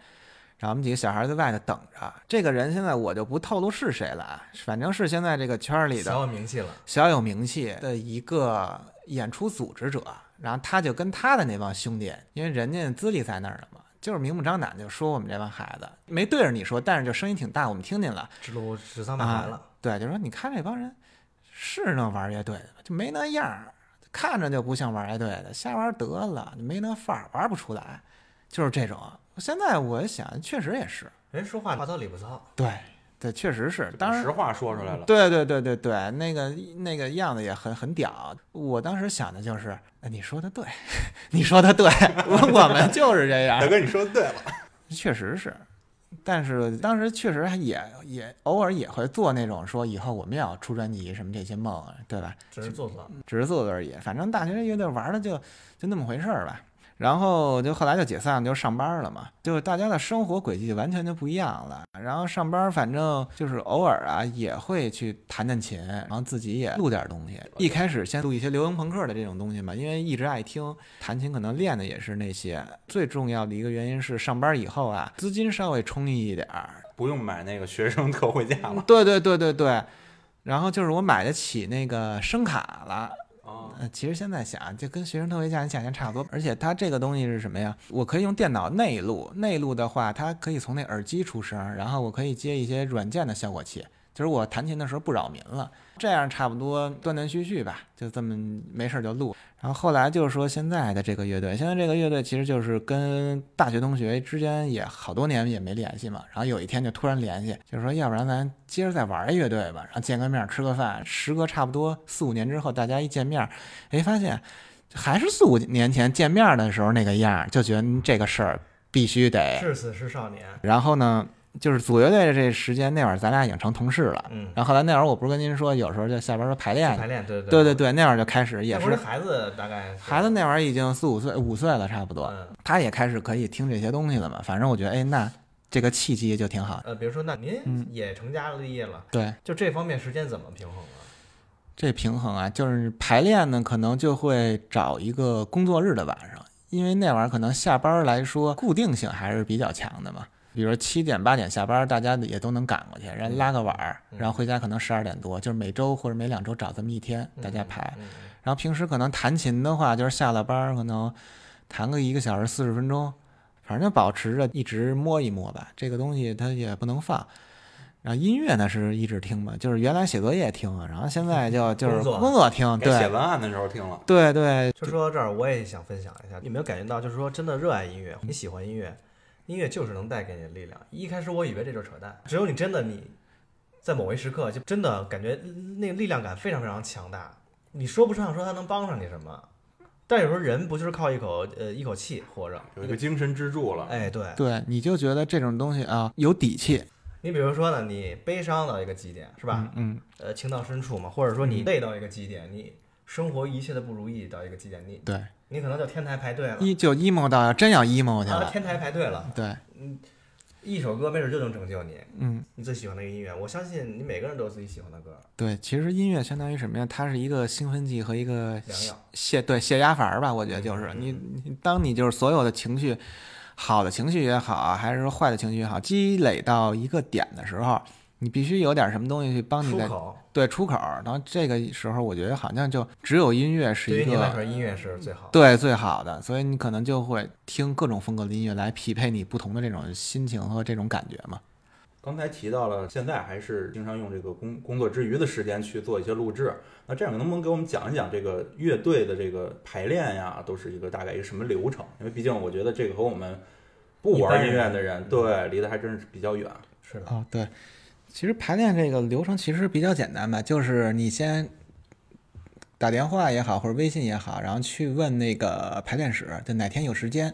[SPEAKER 3] 然后我们几个小孩在外头等着。这个人现在我就不透露是谁了，啊反正是现在这个圈儿里的
[SPEAKER 2] 小有名气了，
[SPEAKER 3] 小有名气的一个演出组织者，然后他就跟他的那帮兄弟，因为人家资历在那儿了嘛，就是明目张胆就说我们这帮孩子，没对着你说，但是就声音挺大，我们听见了，
[SPEAKER 2] 知路十三八来了，
[SPEAKER 3] 啊对，就说你看这帮人是能玩乐队的吗，就没那样儿，看着就不像玩乐队的，瞎玩得了，没那范儿，玩不出来，就是这种。现在我想，确实也是，
[SPEAKER 2] 人说话话糙理不糙，
[SPEAKER 3] 对，对，确实是，当然
[SPEAKER 1] 实话说出来了，
[SPEAKER 3] 对对对对对，那个那个样子也很很屌。我当时想的就是，哎你说的对， <laughs> 你说的对， <laughs> 我我们就是这
[SPEAKER 1] 大
[SPEAKER 3] 样，
[SPEAKER 1] 哥你说的对了，
[SPEAKER 3] 确实是。但是当时确实还也也偶尔也会做那种说以后我们要出专辑什么这些梦啊，对吧？
[SPEAKER 2] 只是做做。
[SPEAKER 3] 只是做做而已。反正大学这乐队玩的就就那么回事儿吧。然后就后来就解散，就上班了嘛。就是大家的生活轨迹就完全就不一样了。然后上班反正就是偶尔啊也会去弹弹琴，然后自己也录点东西。一开始先录一些流行朋克的这种东西嘛，因为一直爱听，弹琴可能练的也是那些。最重要的一个原因是上班以后啊，资金稍微充裕一点儿，
[SPEAKER 1] 不用买那个学生特惠价了。
[SPEAKER 3] 对对对对对。然后就是我买得起那个声卡了，
[SPEAKER 1] 啊，
[SPEAKER 3] 呃，其实现在想，就跟学生特惠价你想象差不多，而且它这个东西是什么呀？我可以用电脑内录，内录的话，它可以从那耳机出声儿，然后我可以接一些软件的效果器，就是我弹琴的时候不扰民了，这样差不多断断续续吧，就这么没事儿就录。然后后来就是说现在的这个乐队，现在这个乐队其实就是跟大学同学之间也好多年也没联系嘛，然后有一天就突然联系，就是说要不然咱接着再玩一乐队吧，然后见个面儿吃个饭，时隔差不多四五年之后，大家一见面。哎，发现还是四五年前见嗯面的时候那个样儿，就觉得这个事儿必须得。
[SPEAKER 2] 至死是少年，
[SPEAKER 3] 然后呢，就是组乐队的这时间那会儿，咱俩已经成同事了。
[SPEAKER 2] 嗯，
[SPEAKER 3] 然后后来那会儿我不是跟您说，有时候就下班儿排练，
[SPEAKER 2] 排练，对
[SPEAKER 3] 对哎对
[SPEAKER 2] 对，
[SPEAKER 3] 对，那会儿就开始也
[SPEAKER 2] 那会儿
[SPEAKER 3] 是
[SPEAKER 2] 孩子大概是
[SPEAKER 3] 孩子那会儿已经四五岁五岁了差不多，
[SPEAKER 2] 嗯
[SPEAKER 3] 他也开始可以听这些东西了嘛。反正我觉得，哎，那这个契机就挺好。
[SPEAKER 2] 呃，比如说，那
[SPEAKER 3] 嗯
[SPEAKER 2] 您也成家立业了，
[SPEAKER 3] 对，
[SPEAKER 2] 就这方面时间怎么平衡啊？
[SPEAKER 3] 这平衡啊，就是排练呢，可能就会找一个工作日的晚上，因为那玩意儿可能下班儿来说固定性还是比较强的嘛。比如七点八点下班儿，大家也都能赶过去，然后拉个碗儿，
[SPEAKER 2] 嗯
[SPEAKER 3] 然后回家可能十二点多，就是每周或者每两周找这么一天，大家排。
[SPEAKER 2] 嗯，嗯嗯
[SPEAKER 3] 然后平时可能弹琴的话，就是下了班儿可能弹个一个小时四十分钟，反正就保持着一直摸一摸吧。这个东西它也不能放。然后音乐呢是一直听嘛，就是原来写作业听，啊然后现在就就是
[SPEAKER 2] 工作
[SPEAKER 3] 工作听，
[SPEAKER 1] 该写
[SPEAKER 3] 对
[SPEAKER 1] 文案的时候听了。
[SPEAKER 3] 对对，
[SPEAKER 2] 就说到这儿，我也想分享一下，有没有感觉到，就是说真的热爱音乐，你喜欢音乐，音乐就是能带给你的力量。一开始我以为这就是扯淡，只有你真的你在某一时刻就真的感觉那个力量感非常非常强大，你说不上说它能帮上你什么，但有时候人不就是靠一口呃一口气活着？
[SPEAKER 1] 有一个精神支柱了，
[SPEAKER 2] 哎，对，
[SPEAKER 3] 对，你就觉得这种东西啊有底气，
[SPEAKER 2] 你比如说呢，你悲伤到一个极点是吧？
[SPEAKER 3] 嗯嗯，
[SPEAKER 2] 呃，情到深处嘛，或者说你累到一个极点，你生活一切的不如意到一个极点，你
[SPEAKER 3] 对，
[SPEAKER 2] 你可能就天台排队了，
[SPEAKER 3] 一就 emo 到真要 emo 去
[SPEAKER 2] 啊，
[SPEAKER 3] 了，
[SPEAKER 2] 天台排队了。嗯
[SPEAKER 3] 对，
[SPEAKER 2] 一首歌没准就能拯救你，
[SPEAKER 3] 嗯。
[SPEAKER 2] 你最喜欢的一个音乐，我相信你每个人都有自己喜欢的歌。
[SPEAKER 3] 对，其实音乐相当于什么呀？它是一个兴奋剂和一个
[SPEAKER 2] 良
[SPEAKER 3] 泄
[SPEAKER 2] 药
[SPEAKER 3] 泄对泄压阀儿吧，我觉得就是
[SPEAKER 2] 嗯
[SPEAKER 3] 你你当你就是所有的情绪，好的情绪也好啊，还是说坏的情绪也好，积累到一个点的时候，你必须有点什么东西去帮你
[SPEAKER 2] 出
[SPEAKER 3] 在
[SPEAKER 2] 口
[SPEAKER 3] 对出口儿。然后这个时候，我觉得好像就只有音乐是
[SPEAKER 2] 对于
[SPEAKER 3] 一
[SPEAKER 2] 你来
[SPEAKER 3] 个
[SPEAKER 2] 说，音乐是最好的。
[SPEAKER 3] 对最好的，所以你可能就会听各种风格的音乐来匹配你不同的这种心情和这种感觉嘛。
[SPEAKER 1] 刚才提到了，现在还是经常用这个工工作之余的时间去做一些录制。那这样能不能给我们讲一讲这个乐队的这个排练呀，都是一个大概一个什么流程？因为毕竟我觉得这个和我们不玩音乐的人，对离得还真是比较远。
[SPEAKER 2] 是的，
[SPEAKER 3] 啊，对，其实排练这个流程其实比较简单吧，就是你先打电话也好，或者微信也好，然后去问那个排练室，就哪天有时间。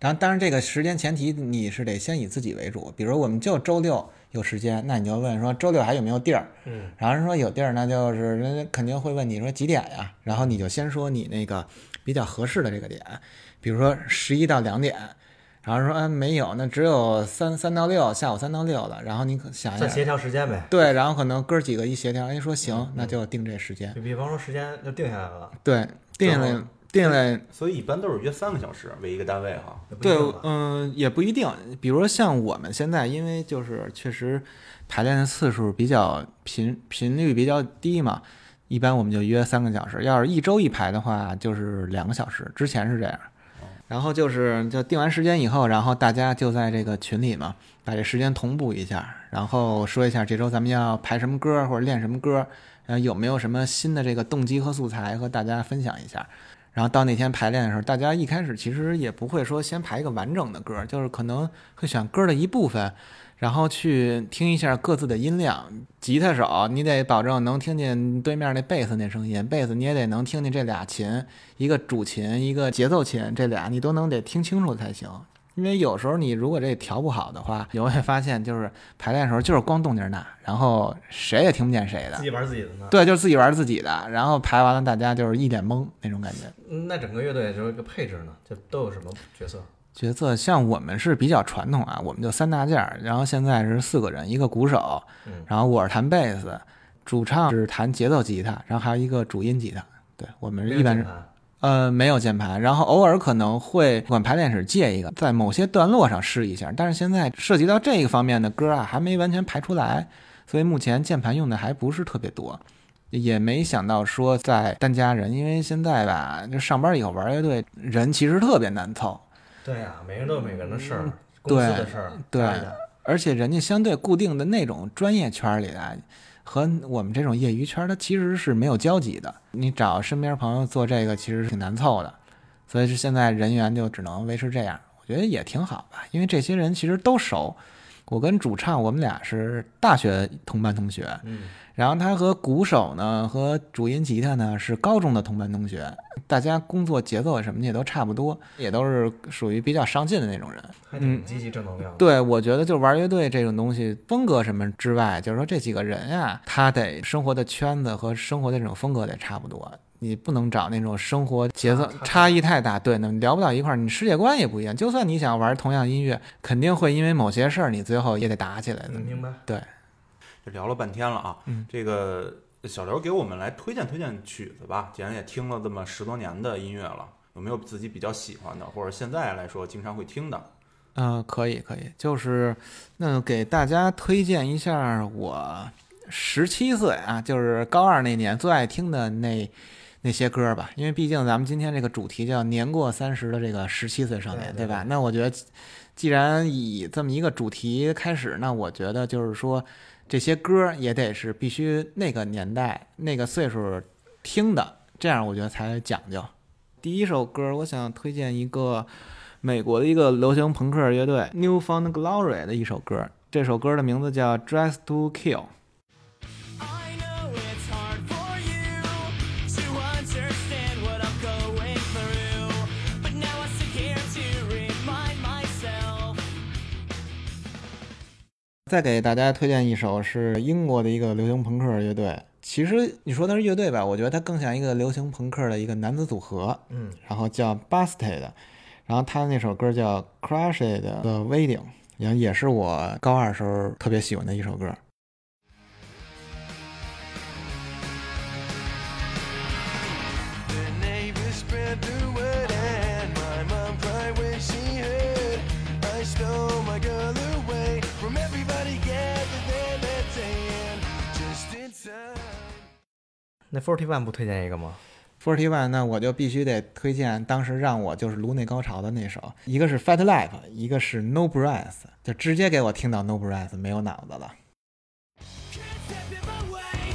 [SPEAKER 3] 然后，当然这个时间前提你是得先以自己为主，比如我们就周六有时间，那你就问说周六还有没有地儿，
[SPEAKER 2] 嗯，
[SPEAKER 3] 然后人说有地儿，那就是人家肯定会问你说几点呀？然后你就先说你那个比较合适的这个点，比如说十一到两点，然后说啊没有，那只有三三到六，下午三到六了。然后你可想一
[SPEAKER 2] 算协
[SPEAKER 3] 想，
[SPEAKER 2] 调时间呗。
[SPEAKER 3] 对，然后可能哥儿几个一协调，哎说行
[SPEAKER 2] 嗯，
[SPEAKER 3] 那就定这时间。
[SPEAKER 2] 就比方说时间就定下来了，
[SPEAKER 3] 对，定
[SPEAKER 2] 正
[SPEAKER 3] 了定了。
[SPEAKER 1] 所以一般都是约三个小时为一个单位哈。
[SPEAKER 2] 也不一
[SPEAKER 3] 对
[SPEAKER 2] 定，吧
[SPEAKER 3] 嗯、也不一定。比如说像我们现在，因为就是确实排练的次数比较频频率比较低嘛，一般我们就约三个小时。要是一周一排的话，就是两个小时。之前是这样，然后就是就定完时间以后，然后大家就在这个群里嘛，把这时间同步一下，然后说一下这周咱们要排什么歌或者练什么歌，然后有没有什么新的这个动机和素材和大家分享一下。然后到那天排练的时候，大家一开始其实也不会说先排一个完整的歌，就是可能会选歌的一部分，然后去听一下各自的音量。吉他手你得保证能听见对面那贝斯那声音，贝斯你也得能听见这俩琴，一个主琴，一个节奏琴，这俩你都能得听清楚才行。因为有时候你如果这调不好的话，你会发现就是排练的时候就是光动静儿大，然后谁也听不见谁的
[SPEAKER 2] 自，己玩自己的呢。
[SPEAKER 3] 对，就是自己玩自己的，然后排完了大家就是一脸懵那种感觉。
[SPEAKER 2] 嗯那整个乐队就是一个配置呢，就都有什么角色？
[SPEAKER 3] 角色像我们是比较传统啊，我们就三大件儿，然后现在是四个人，一个鼓手
[SPEAKER 2] 嗯，
[SPEAKER 3] 然后我是弹贝斯，主唱是弹节奏吉他，然后还有一个主音吉他。对我们是一般
[SPEAKER 2] 没有
[SPEAKER 3] 是
[SPEAKER 2] 键盘
[SPEAKER 3] 呃没有键盘，然后偶尔可能会管排练室借一个，在某些段落上试一下，但是现在涉及到这个方面的歌啊，还没完全排出来，所以目前键盘用的还不是特别多。也没想到说在单家人，因为现在吧，就上班以后玩乐队人其实特别难凑，
[SPEAKER 2] 对呀，每个人都有每个人的事儿，
[SPEAKER 3] 嗯对
[SPEAKER 2] 公司的事儿，
[SPEAKER 3] 对
[SPEAKER 2] 家里的
[SPEAKER 3] 而且人家相对固定的那种专业圈儿里啊，和我们这种业余圈儿，它其实是没有交集的。你找身边朋友做这个，其实挺难凑的，所以是现在人员就只能维持这样。我觉得也挺好吧，因为这些人其实都熟，我跟主唱我们俩是大学同班同学，
[SPEAKER 2] 嗯
[SPEAKER 3] 然后他和鼓手呢和主音吉他呢是高中的同班同学，大家工作节奏什么的也都差不多，也都是属于比较上进的那种人。
[SPEAKER 2] 还挺积极正能量的。
[SPEAKER 3] 对，我觉得就是玩乐队这种东西，风格什么之外，就是说这几个人呀，他得生活的圈子和生活的这种风格得差不多。你不能找那种生活节奏
[SPEAKER 2] 差
[SPEAKER 3] 差异太大，对，那聊不到一块儿，你世界观也不一样。就算你想玩同样音乐，肯定会因为某些事儿，你最后也得打起来的。
[SPEAKER 2] 嗯，明白。
[SPEAKER 1] 这聊了半天了啊，
[SPEAKER 3] 嗯
[SPEAKER 1] 这个小刘给我们来推荐推荐曲子吧。既然也听了这么十多年的音乐了，有没有自己比较喜欢的，或者现在来说经常会听的？
[SPEAKER 3] 嗯，可以可以，就是那给大家推荐一下我十七岁啊，就是高二那年最爱听的那那些歌吧，因为毕竟咱们今天这个主题叫年过三十的这个十七岁少
[SPEAKER 2] 对
[SPEAKER 3] 年，
[SPEAKER 2] 对
[SPEAKER 3] 吧？那我觉得，既然以这么一个主题开始，那我觉得就是说这些歌也得是必须那个年代那个岁数听的，这样我觉得才讲究。第一首歌，我想推荐一个美国的一个流行朋克乐队 New Found Glory 的一首歌，这首歌的名字叫《Dress to Kill》。
[SPEAKER 4] I know it's hard for you to understand what I'm going through, but now I sit here to remind myself.
[SPEAKER 3] 再给大家推荐一首是英国的一个流行朋克乐队，其实你说它是乐队吧，我觉得它更像一个流行朋克的一个男子组合，
[SPEAKER 2] 嗯，
[SPEAKER 3] 然后叫 Busted，然后他那首歌叫《Crushed the Wedding》，然后也是我高二时候特别喜欢的一首歌。
[SPEAKER 5] The neighbors spread the word, and my mom cried when she heard. I stole my girl away from everybody gathered there that day, and just in time.
[SPEAKER 2] 那 Forty One 不推荐一个吗？
[SPEAKER 3] Forty One，那我就必须得推荐当时让我就是颅内高潮的那首，一个是 Fat Life，一个是 No Breath，就直接给我听到 No Breath 没有脑子了。
[SPEAKER 4] Can't step in my way.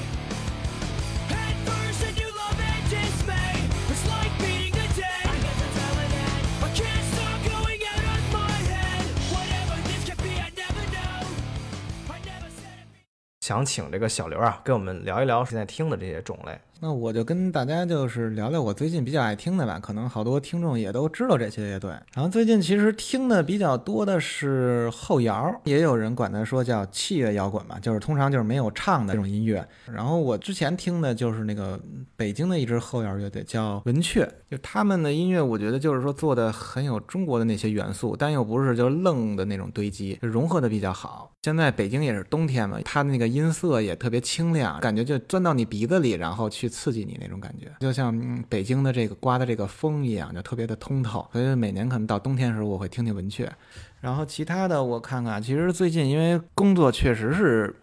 [SPEAKER 4] At first, I knew love and dismay. It's like beating the dead. I got to tell it end. I can't stop going out of my head. Whatever this could be, I never know. I never said it.
[SPEAKER 2] 想请这个小刘啊，跟我们聊一聊现在听的这些种类。
[SPEAKER 3] 那我就跟大家就是聊聊我最近比较爱听的吧，可能好多听众也都知道这些乐队。然后最近其实听的比较多的是后摇，也有人管它说叫器乐摇滚嘛，就是通常就是没有唱的这种音乐。然后我之前听的就是那个北京的一支后摇乐队叫文雀，就他们的音乐，我觉得就是说做的很有中国的那些元素，但又不是就是愣的那种堆积，就融合的比较好。现在北京也是冬天嘛，它的那个音色也特别清亮，感觉就钻到你鼻子里，然后去刺激你那种感觉，就像、嗯北京的这个刮的这个风一样，就特别的通透。所以每年可能到冬天的时候，我会听听文雀。然后其他的我看看，其实最近因为工作确实是。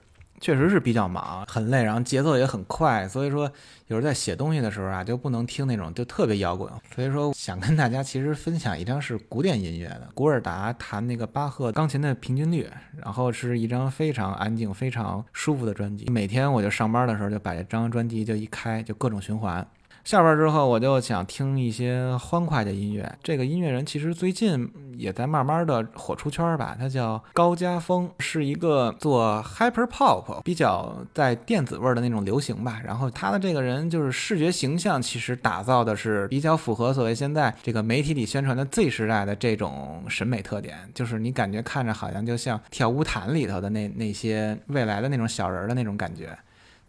[SPEAKER 3] 确实是比较忙，很累，然后节奏也很快，所以说有时候在写东西的时候啊，就不能听那种就特别摇滚。所以说，想跟大家其实分享一张是古典音乐的，古尔达弹那个巴赫钢琴的平均律，然后是一张非常安静、非常舒服的专辑。每天我就上班的时候就把这张专辑就一开，就各种循环。下班之后，我就想听一些欢快的音乐。这个音乐人其实最近也在慢慢的火出圈儿吧，他叫高家峰，是一个做 hyper pop 比较在电子味儿的那种流行吧。然后他的这个人就是视觉形象，其实打造的是比较符合所谓现在这个媒体里宣传的 Z 时代的这种审美特点，就是你感觉看着好像就像跳舞毯里头的那那些未来的那种小人儿的那种感觉。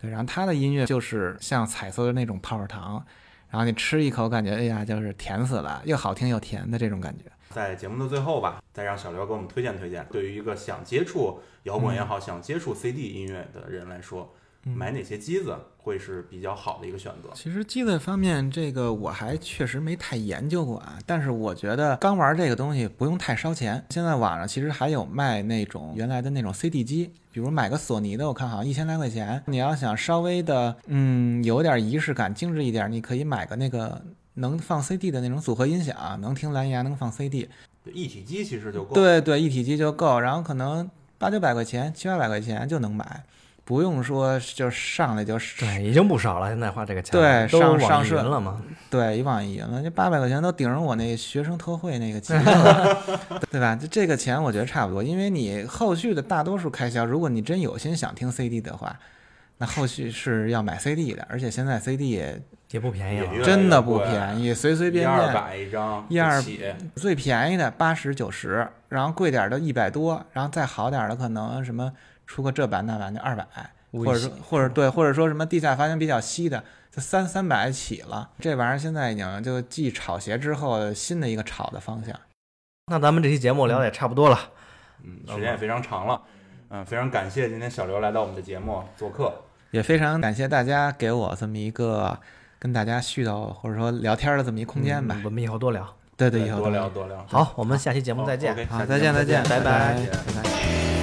[SPEAKER 3] 对，然后他的音乐就是像彩色的那种泡泡糖，然后你吃一口，感觉哎呀，就是甜死了，又好听又甜的这种感觉。
[SPEAKER 1] 在节目的最后吧，再让小刘给我们推荐推荐，对于一个想接触摇滚也好，
[SPEAKER 3] 嗯
[SPEAKER 1] 想接触 CD 音乐的人来说，买哪些机子会是比较好的一个选择？
[SPEAKER 3] 其实机子方面，这个我还确实没太研究过啊。但是我觉得刚玩这个东西不用太烧钱。现在网上其实还有卖那种原来的那种 CD 机，比如买个索尼的，我看好像一千来块钱。你要想稍微的，嗯，有点仪式感、精致一点，你可以买个那个能放 CD 的那种组合音响，能听蓝牙，能放 CD。
[SPEAKER 1] 对一体机其实就够。
[SPEAKER 3] 对对，一体机就够，然后可能八九百块钱、七八百块钱就能买。不用说就上来就
[SPEAKER 2] 对，已经不少了。现在花这个钱，
[SPEAKER 3] 对
[SPEAKER 2] 都
[SPEAKER 3] 上
[SPEAKER 2] 网
[SPEAKER 3] 上
[SPEAKER 2] 易
[SPEAKER 3] 社
[SPEAKER 2] 云了嘛？
[SPEAKER 3] 对，一网易云了，这八百块钱都顶上我那学生特惠那个钱了， <laughs> 对吧？就这个钱我觉得差不多，因为你后续的大多数开销，如果你真有心想听 CD 的话，那后续是要买 CD 的，而且现在 CD 也
[SPEAKER 2] 也不便宜
[SPEAKER 1] 也
[SPEAKER 2] 了
[SPEAKER 1] 越。
[SPEAKER 3] 真的不便宜，随随
[SPEAKER 1] 一
[SPEAKER 3] 便
[SPEAKER 1] 二
[SPEAKER 3] 便
[SPEAKER 1] 百一张，
[SPEAKER 3] 一二
[SPEAKER 1] 起
[SPEAKER 3] 最便宜的八十九十，然后贵点儿的一百多，然后再好点儿的可能什么出个这版那版就二百，
[SPEAKER 2] 物
[SPEAKER 3] 或
[SPEAKER 2] 以
[SPEAKER 3] 者
[SPEAKER 2] 稀
[SPEAKER 3] 说或者对，或者说什么地下发行比较稀的，就三三百起了。这玩意儿现在已经就继炒鞋之后新的一个炒的方向。
[SPEAKER 2] 那咱们这期节目聊的也差不多了，
[SPEAKER 1] 嗯，时间也非常长了。嗯，非常感谢今天小刘来到我们的节目做客。
[SPEAKER 3] 也非常感谢大家给我这么一个跟大家絮叨或者说聊天儿的这么一空间吧。
[SPEAKER 2] 嗯我们以后多聊。
[SPEAKER 3] 对对，以后
[SPEAKER 1] 多
[SPEAKER 3] 都
[SPEAKER 1] 聊多聊。
[SPEAKER 2] 好，我们下期节目再见。
[SPEAKER 1] OK，
[SPEAKER 3] 好，
[SPEAKER 1] 下期
[SPEAKER 3] 再见
[SPEAKER 1] 节目
[SPEAKER 3] 再见，
[SPEAKER 2] 拜
[SPEAKER 3] 拜
[SPEAKER 2] 拜
[SPEAKER 3] 拜拜。